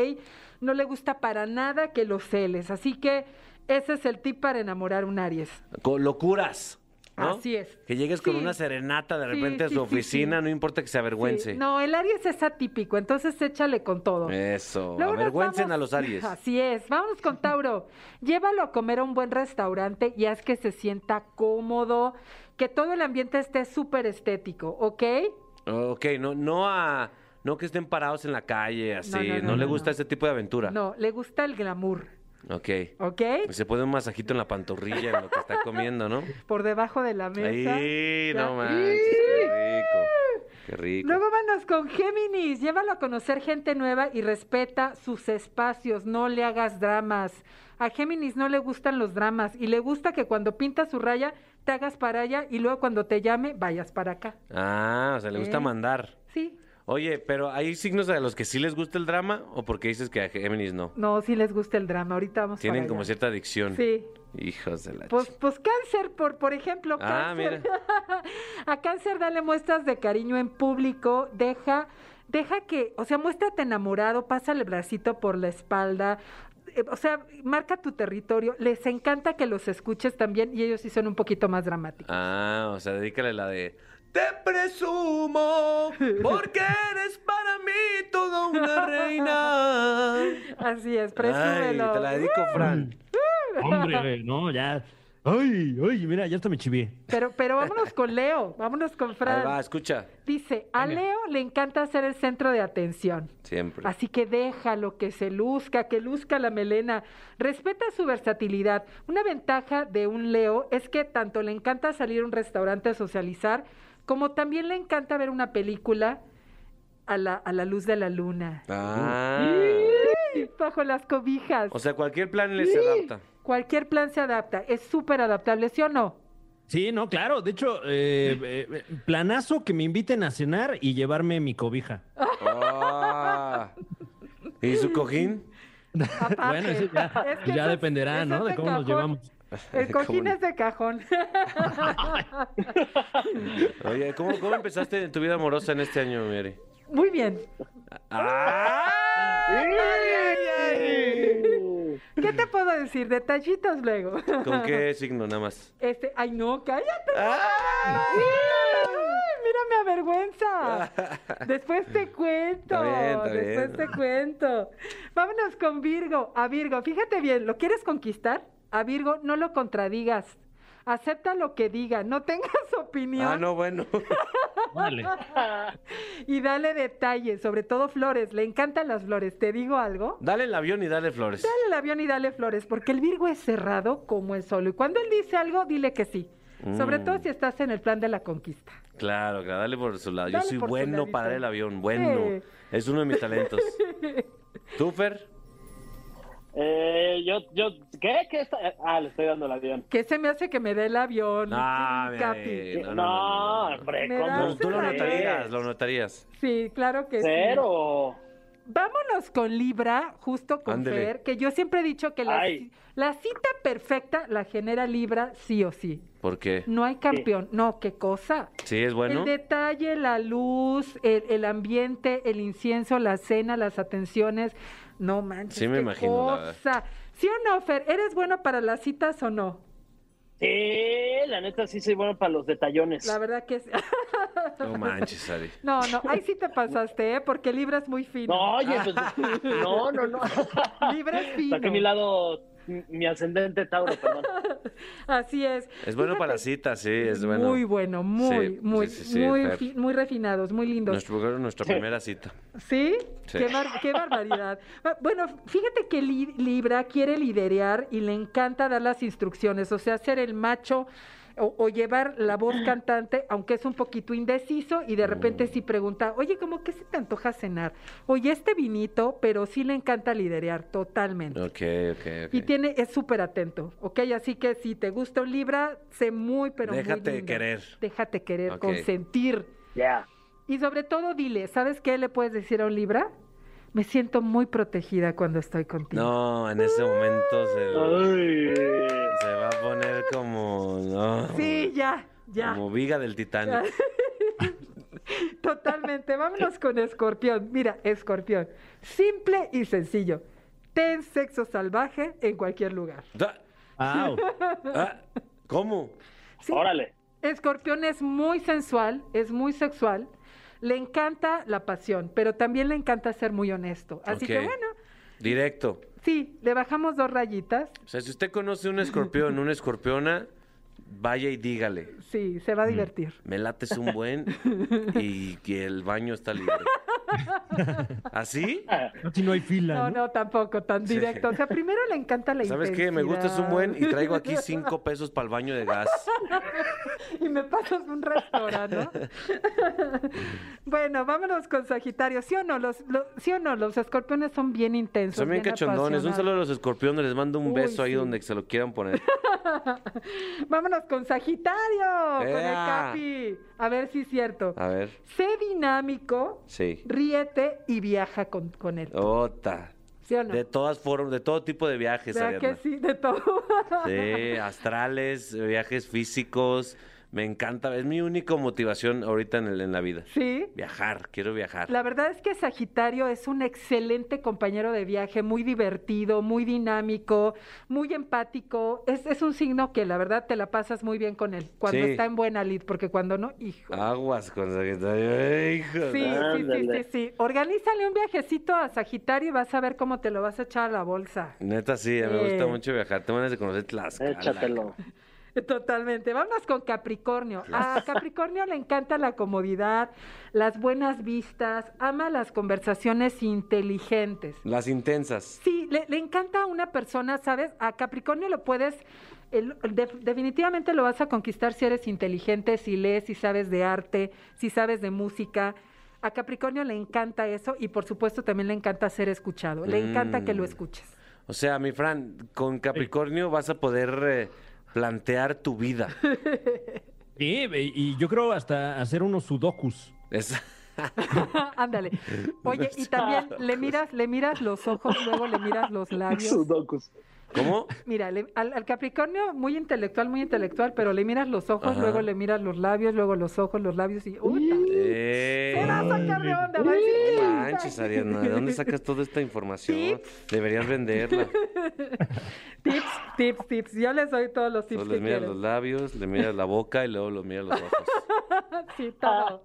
Speaker 8: No le gusta para nada que lo celes. Así que ese es el tip para enamorar un Aries.
Speaker 2: Con locuras. ¿no?
Speaker 8: Así es.
Speaker 2: Que llegues con
Speaker 8: Sí.
Speaker 2: una serenata de
Speaker 8: Sí,
Speaker 2: repente a
Speaker 8: sí,
Speaker 2: su
Speaker 8: sí, sí.
Speaker 2: oficina, no importa que se avergüence.
Speaker 8: Sí. No, el Aries es atípico, entonces échale con todo.
Speaker 2: Eso,
Speaker 8: Luego nos
Speaker 2: Eh, avergüencen
Speaker 8: vamos-
Speaker 2: a los Aries.
Speaker 8: Así es. Vamos con Tauro. Llévalo a comer a un buen restaurante y haz que se sienta cómodo, que todo el ambiente esté súper estético, ¿ok?
Speaker 2: Ok, no, no a. No que estén parados en la calle, así. No,
Speaker 8: no, no,
Speaker 2: le
Speaker 8: no,
Speaker 2: gusta
Speaker 8: no.
Speaker 2: ese tipo de aventura.
Speaker 8: No, le gusta el glamour,
Speaker 2: Ok.
Speaker 8: ¿ok?
Speaker 2: Se pone un masajito en la pantorrilla en lo que está comiendo, ¿no?
Speaker 8: Por debajo de la mesa.
Speaker 2: Ahí,
Speaker 8: Ya.
Speaker 2: no manches,
Speaker 8: ¡Ih!
Speaker 2: qué rico. Qué rico.
Speaker 8: Luego vámonos con Géminis. Llévalo a conocer gente nueva y respeta sus espacios. No le hagas dramas. A Géminis no le gustan los dramas y le gusta que cuando pinta su raya te hagas para allá y luego cuando te llame vayas para acá.
Speaker 2: Ah, o sea, le gusta
Speaker 8: Eh.
Speaker 2: mandar.
Speaker 8: Sí.
Speaker 2: Oye, pero ¿hay signos a los que sí les gusta el drama o porque dices que a Géminis no?
Speaker 8: No, sí les gusta el drama. Ahorita vamos
Speaker 2: Tienen
Speaker 8: para
Speaker 2: como
Speaker 8: allá.
Speaker 2: cierta adicción.
Speaker 8: Sí.
Speaker 2: Hijos de la
Speaker 8: Pues,
Speaker 2: ch-
Speaker 8: pues cáncer, por, por ejemplo,
Speaker 2: Ah,
Speaker 8: cáncer. a cáncer dale muestras de cariño en público, deja, deja que, o sea, muéstrate enamorado, pásale el bracito por la espalda, eh, o sea, marca tu territorio. Les encanta que los escuches también y ellos sí son un poquito más dramáticos.
Speaker 2: Ah, o sea, dedícale la de. Te presumo, porque eres para mí toda una reina.
Speaker 8: Así es,
Speaker 2: Ay,
Speaker 8: presúmelo. Mm.
Speaker 2: te la dedico, Fran.
Speaker 4: Hombre, no, ya. Ay, ay, mira, ya hasta me chivé.
Speaker 8: Pero, pero vámonos con Leo, vámonos con
Speaker 2: Ahí va,
Speaker 8: Fran.
Speaker 2: escucha.
Speaker 8: Dice, a Leo le encanta ser el centro de atención.
Speaker 2: Siempre.
Speaker 8: Así que déjalo que se luzca, que luzca la melena. Respeta su versatilidad. Una ventaja de un Leo es que tanto le encanta salir a un restaurante a socializar, como también le encanta ver una película a la, a la luz de la luna.
Speaker 2: Ah.
Speaker 8: Bajo las cobijas.
Speaker 2: O sea, cualquier plan les adapta.
Speaker 8: Cualquier plan se adapta. Es súper adaptable, ¿sí o no?
Speaker 4: Sí, no, claro. De hecho, eh, eh, planazo que me inviten a cenar y llevarme mi cobija.
Speaker 2: Ah. ¿Y su cojín?
Speaker 8: Aparte.
Speaker 4: Bueno, eso ya-
Speaker 8: Ah, Es que
Speaker 4: ya
Speaker 8: eso es-
Speaker 4: dependerá,
Speaker 8: eso
Speaker 4: ¿no? De
Speaker 8: es
Speaker 4: cómo nos
Speaker 8: cajón.
Speaker 4: llevamos.
Speaker 8: El cojín
Speaker 2: ¿Cómo?
Speaker 8: es de cajón.
Speaker 2: Oye, ¿cómo, cómo empezaste en tu vida amorosa en este año, Mary?
Speaker 8: Muy bien.
Speaker 2: ¡Ah!
Speaker 8: ¿Qué te puedo decir? Detallitos luego.
Speaker 2: ¿Con qué signo nada más?
Speaker 8: Este, ay no, cállate.
Speaker 2: ¡Ah!
Speaker 8: Ay, Mira, me avergüenza. Después te cuento.
Speaker 2: Está bien, está
Speaker 8: después
Speaker 2: bien.
Speaker 8: te cuento. Vámonos con Virgo. A Virgo, fíjate bien, ¿lo quieres conquistar? A Virgo, no lo contradigas. Acepta lo que diga, no tengas opinión
Speaker 2: Ah, no, bueno.
Speaker 4: Órale.
Speaker 8: y dale detalles, sobre todo flores. Le encantan las flores. ¿Te digo algo?
Speaker 2: Dale el avión y dale flores.
Speaker 8: Dale el avión y dale flores, porque el Virgo es cerrado como el solo. Y cuando él dice algo, dile que sí. Sobre
Speaker 2: Mm.
Speaker 8: todo si estás en el plan de la conquista.
Speaker 2: Claro, claro, dale por su lado. Yo
Speaker 8: Dale
Speaker 2: soy
Speaker 8: por su
Speaker 2: bueno
Speaker 8: ladito.
Speaker 2: para el avión, bueno.
Speaker 8: Sí.
Speaker 2: Es uno de mis talentos. ¿Tú, Fer?
Speaker 3: Eh, yo, yo, ¿qué? ¿Qué está? Ah, le estoy dando el avión.
Speaker 8: ¿Qué se me hace que me dé el avión?
Speaker 2: Ah,
Speaker 8: Sí,
Speaker 2: mira,
Speaker 8: Capi.
Speaker 2: eh,
Speaker 3: No, hombre,
Speaker 8: Me
Speaker 3: ¿cómo
Speaker 8: das
Speaker 2: No, tú lo
Speaker 8: una
Speaker 3: crees?
Speaker 2: notarías, lo notarías.
Speaker 8: Sí, claro que sí.
Speaker 3: Cero.
Speaker 8: Vámonos con Libra, justo con
Speaker 2: Ándele.
Speaker 8: Fer, que yo siempre he dicho que la,
Speaker 3: Ay.
Speaker 8: la cita perfecta la genera Libra sí o sí.
Speaker 2: ¿Por qué?
Speaker 8: No hay campeón. No, qué cosa.
Speaker 2: Sí, es bueno.
Speaker 8: El detalle, la luz, el, el ambiente, el incienso, la cena, las atenciones. No manches.
Speaker 2: Sí me
Speaker 8: qué
Speaker 2: imagino, la verdad.
Speaker 8: cosa. ¿Sí o no, Fer? ¿Eres bueno para las citas o no?
Speaker 3: Sí, la neta sí soy bueno para los detallones.
Speaker 8: La verdad que sí.
Speaker 2: No manches, Ari.
Speaker 8: No, no, ahí sí te pasaste, ¿eh? Porque Libra es muy fino. Ah.
Speaker 3: No, oye, pues, no, no, no.
Speaker 8: Libra es fino.
Speaker 3: Saqué mi lado, mi mi ascendente Tauro, perdón.
Speaker 8: Así es.
Speaker 2: Es bueno para las
Speaker 8: Fíjate,
Speaker 2: citas, sí, es bueno.
Speaker 8: Muy bueno, muy,
Speaker 2: Sí,
Speaker 8: muy,
Speaker 2: sí, sí, sí,
Speaker 8: muy,
Speaker 2: Fer.
Speaker 8: fi- muy refinados, muy lindos.
Speaker 2: Nuestro, creo que nuestra primera cita.
Speaker 8: ¿Sí?
Speaker 2: Sí.
Speaker 8: Qué, bar- qué barbaridad. Ah, Bueno, fíjate que Li- Libra quiere liderear y le encanta dar las instrucciones, o sea, ser el macho, o, o llevar la voz cantante, aunque es un poquito indeciso, y de
Speaker 2: Mm.
Speaker 8: repente sí pregunta, oye, ¿cómo que se te antoja cenar? Oye, este vinito, pero sí le encanta liderear totalmente.
Speaker 2: Ok, ok, ok.
Speaker 8: Y tiene, es súper atento, ¿ok? Así que si te gusta un Libra, sé muy, pero
Speaker 2: Déjate
Speaker 8: muy linda.
Speaker 2: querer.
Speaker 8: Déjate querer,
Speaker 2: Ok.
Speaker 8: consentir.
Speaker 6: Ya.
Speaker 8: Y sobre todo dile, ¿sabes qué le puedes decir a un Libra? Me siento muy protegida cuando estoy contigo.
Speaker 2: No, en ese momento se,
Speaker 3: Ay.
Speaker 2: se va a poner como. no,
Speaker 8: Sí, ya, ya.
Speaker 2: Como viga del Titanic.
Speaker 8: Totalmente. Vámonos con Escorpión. Mira, Escorpión. Simple y sencillo. Ten sexo salvaje en cualquier lugar.
Speaker 2: Ah,
Speaker 4: Au.
Speaker 2: ah, ¿Cómo?
Speaker 8: Sí.
Speaker 3: Órale.
Speaker 8: Escorpión es muy sensual, es muy sexual. Le encanta la pasión, pero también le encanta ser muy honesto. Así
Speaker 2: Ok.
Speaker 8: que bueno,
Speaker 2: Directo.
Speaker 8: sí, le bajamos dos rayitas.
Speaker 2: O sea, si usted conoce un escorpión, una escorpiona, vaya y dígale.
Speaker 8: Sí, se va
Speaker 2: Mm.
Speaker 8: a divertir.
Speaker 2: Me lates un buen y que el baño está libre. ¿Así?
Speaker 4: Si no hay fila.
Speaker 8: No, no, tampoco tan
Speaker 2: Sí.
Speaker 8: directo. O sea, primero le encanta la
Speaker 2: ¿Sabes qué? Me gustas un buen y traigo aquí cinco pesos para el baño de gas.
Speaker 8: y me pasas un restaurante, ¿no? bueno, vámonos con Sagitario. ¿Sí o no? Los, lo- ¿Sí o no? Los escorpiones son bien intensos.
Speaker 2: Son bien cachondones. Un saludo a
Speaker 8: apasionados.
Speaker 2: los escorpiones. Les mando un
Speaker 8: Uy,
Speaker 2: beso ahí
Speaker 8: sí.
Speaker 2: donde se lo quieran poner.
Speaker 8: Vámonos con Sagitario, con el
Speaker 2: ¡Ea!
Speaker 8: Capi. A ver si es cierto.
Speaker 2: A ver.
Speaker 8: Sé dinámico,
Speaker 2: Sí.
Speaker 8: ríete y viaja con, con
Speaker 2: Oh,
Speaker 8: él.
Speaker 2: Ota.
Speaker 8: ¿Sí o no?
Speaker 2: De todas formas, de todo tipo de viajes,
Speaker 8: ¿Verdad que
Speaker 2: Ariadna.
Speaker 8: sí? De todo.
Speaker 2: Sí, astrales, viajes físicos. Me encanta. Es mi única motivación ahorita en, el- en la vida.
Speaker 8: sí.
Speaker 2: Viajar, quiero viajar.
Speaker 8: La verdad es que Sagitario es un excelente compañero de viaje, muy divertido, muy dinámico, muy empático. Es, es un signo que la verdad te la pasas muy bien con él cuando
Speaker 2: Sí. Ah,
Speaker 8: está en buena lid, porque cuando no, hijo.
Speaker 2: Aguas con Sagitario. Hijo.
Speaker 8: Sí, sí, sí, sí,
Speaker 3: ándale.
Speaker 8: sí. Organízale un viajecito a Sagitario y vas a ver cómo te lo vas a echar a la bolsa.
Speaker 2: Neta, sí, me gusta
Speaker 8: Sí.
Speaker 2: mucho viajar. Tengo ganas de conocer Tlaxcala.
Speaker 3: Échatelo.
Speaker 8: Totalmente. Vámonos con Capricornio. A Capricornio le encanta la comodidad, las buenas vistas, ama las conversaciones inteligentes.
Speaker 2: Las intensas.
Speaker 8: Sí, le, le encanta a una persona, ¿sabes? A Capricornio lo puedes, el- de- definitivamente lo vas a conquistar si eres inteligente, si lees, si sabes de arte, si sabes de música. A Capricornio le encanta eso y por supuesto también le encanta ser escuchado. Le encanta que lo
Speaker 2: Mm.
Speaker 8: escuches.
Speaker 2: O sea, mi Fran, con Capricornio vas a poder eh, plantear tu vida.
Speaker 4: Sí, y y yo creo hasta hacer unos sudokus.
Speaker 2: Es-
Speaker 8: Ándale. Oye, y también le miras, le miras los ojos, luego le miras los labios.
Speaker 3: Sudokus.
Speaker 2: ¿Cómo?
Speaker 8: Mira, le- al, al Capricornio muy intelectual, muy intelectual, pero le miras los ojos,
Speaker 2: Ajá.
Speaker 8: luego le miras los labios, luego los ojos, los labios y ¡Uta!
Speaker 2: Eh,
Speaker 8: Se va a sacar de onda, va a decir,
Speaker 2: no
Speaker 8: "¿Qué
Speaker 2: manches,
Speaker 8: tal?".
Speaker 2: Ariadna, ¿de dónde sacas toda esta información? Deberías venderla.
Speaker 8: Tips, tips, tips. Yo les doy todos los tips
Speaker 2: Entonces, le
Speaker 8: que
Speaker 2: miras
Speaker 8: quieran.
Speaker 2: los labios, le miras la boca y luego lo miras los ojos.
Speaker 8: Sí, todo.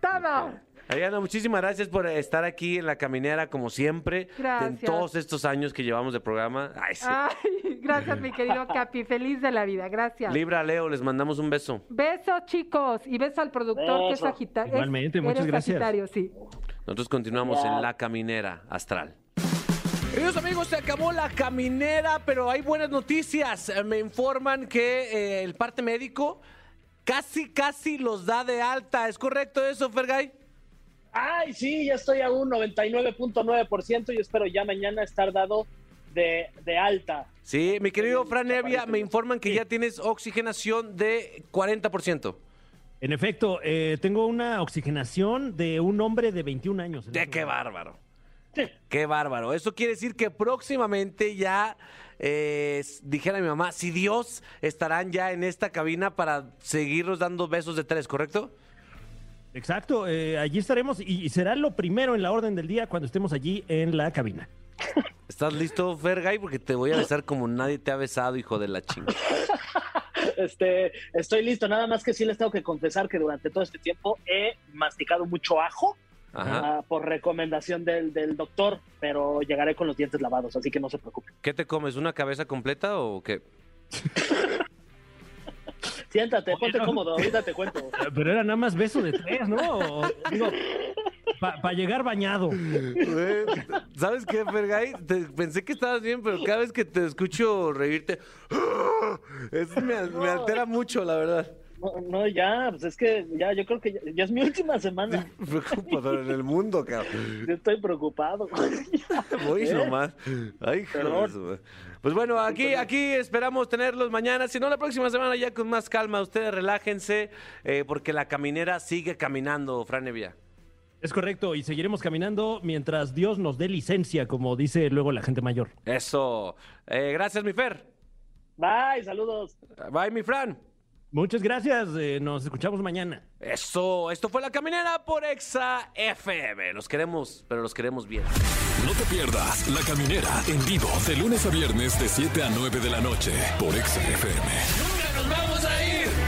Speaker 8: Todo.
Speaker 2: Ariadna, muchísimas gracias por estar aquí en la caminera, como siempre. En
Speaker 8: Gracias. Ah,
Speaker 2: todos estos años que llevamos de programa. Ay, sí.
Speaker 8: Ay, gracias, mi querido Capi. Feliz de la vida. Gracias.
Speaker 2: Libra, Leo, les mandamos un beso.
Speaker 8: Besos, chicos. Y beso al productor que es
Speaker 3: Beso.
Speaker 8: Sagitario.
Speaker 4: Igualmente, muchas
Speaker 8: eres
Speaker 4: gracias.
Speaker 8: Sagitario, sí.
Speaker 2: Nosotros continuamos en La Caminera Astral. Queridos amigos, se acabó la caminera, pero hay buenas noticias. Eh, Me informan que eh, el parte médico casi, casi los da de alta. ¿Es correcto eso, Fergay?
Speaker 3: Ay, sí, ya estoy a un 99.9% y espero ya mañana estar dado de, de alta.
Speaker 2: Sí, mi querido Fran Evia,
Speaker 3: Evia,
Speaker 2: me
Speaker 3: me
Speaker 2: informan que ya tienes oxigenación de 40%.
Speaker 4: En efecto, eh, tengo una oxigenación de un hombre de 21 años.
Speaker 2: Ya, qué bárbaro. Qué bárbaro. Eso quiere decir que próximamente ya, eh, s- dijera mi mamá, si Dios estarán ya en esta cabina para seguirnos dando besos de tres, ¿correcto?
Speaker 4: Exacto, eh, allí estaremos y, y será lo primero en la orden del día cuando estemos allí en la cabina.
Speaker 2: ¿Estás listo, Fergay? Porque te voy a besar como nadie te ha besado, hijo de la chinga.
Speaker 3: Este, estoy listo, nada más que sí les tengo que confesar que durante todo este tiempo he masticado mucho ajo
Speaker 2: Ajá.
Speaker 3: ah, por recomendación del, del doctor, pero llegaré con los dientes lavados, así que no se preocupen.
Speaker 2: ¿Qué te comes? ¿Una cabeza completa o qué?
Speaker 3: Siéntate, ponte
Speaker 4: no.
Speaker 3: cómodo, ahorita te cuento.
Speaker 4: Pero era nada más beso de tres, ¿no? O- digo, Para llegar bañado.
Speaker 2: Güey, ¿Sabes qué, Fergay? Te- pensé que estabas bien, pero cada vez que te escucho reírte, ¡ah! es- me, me altera mucho, la verdad.
Speaker 3: No, no, ya, pues es que ya, yo creo que ya, ya es mi última semana.
Speaker 2: Me preocupa, pero en el mundo, cabrón.
Speaker 3: Yo estoy preocupado.
Speaker 2: Voy
Speaker 3: ¿Eh?
Speaker 2: nomás. Ay, hijo de
Speaker 3: Perdón.
Speaker 2: su madre. Pues bueno, aquí, aquí esperamos tenerlos mañana. Si no, la próxima semana ya con más calma. Ustedes relájense, eh, porque la caminera sigue caminando, Franevia.
Speaker 4: Es correcto, y seguiremos caminando mientras Dios nos dé licencia, como dice luego la gente mayor.
Speaker 2: Eso. Eh, gracias, mi Fer.
Speaker 3: Bye, saludos.
Speaker 2: Bye, mi Fran.
Speaker 4: Muchas gracias, eh, nos escuchamos mañana.
Speaker 2: Eso, esto fue La Caminera por Exa FM. Los queremos, pero los queremos bien.
Speaker 1: No te pierdas La Caminera en vivo de lunes a viernes de 7 a 9 de la noche por Exa FM.
Speaker 2: ¡Nunca nos vamos a ir!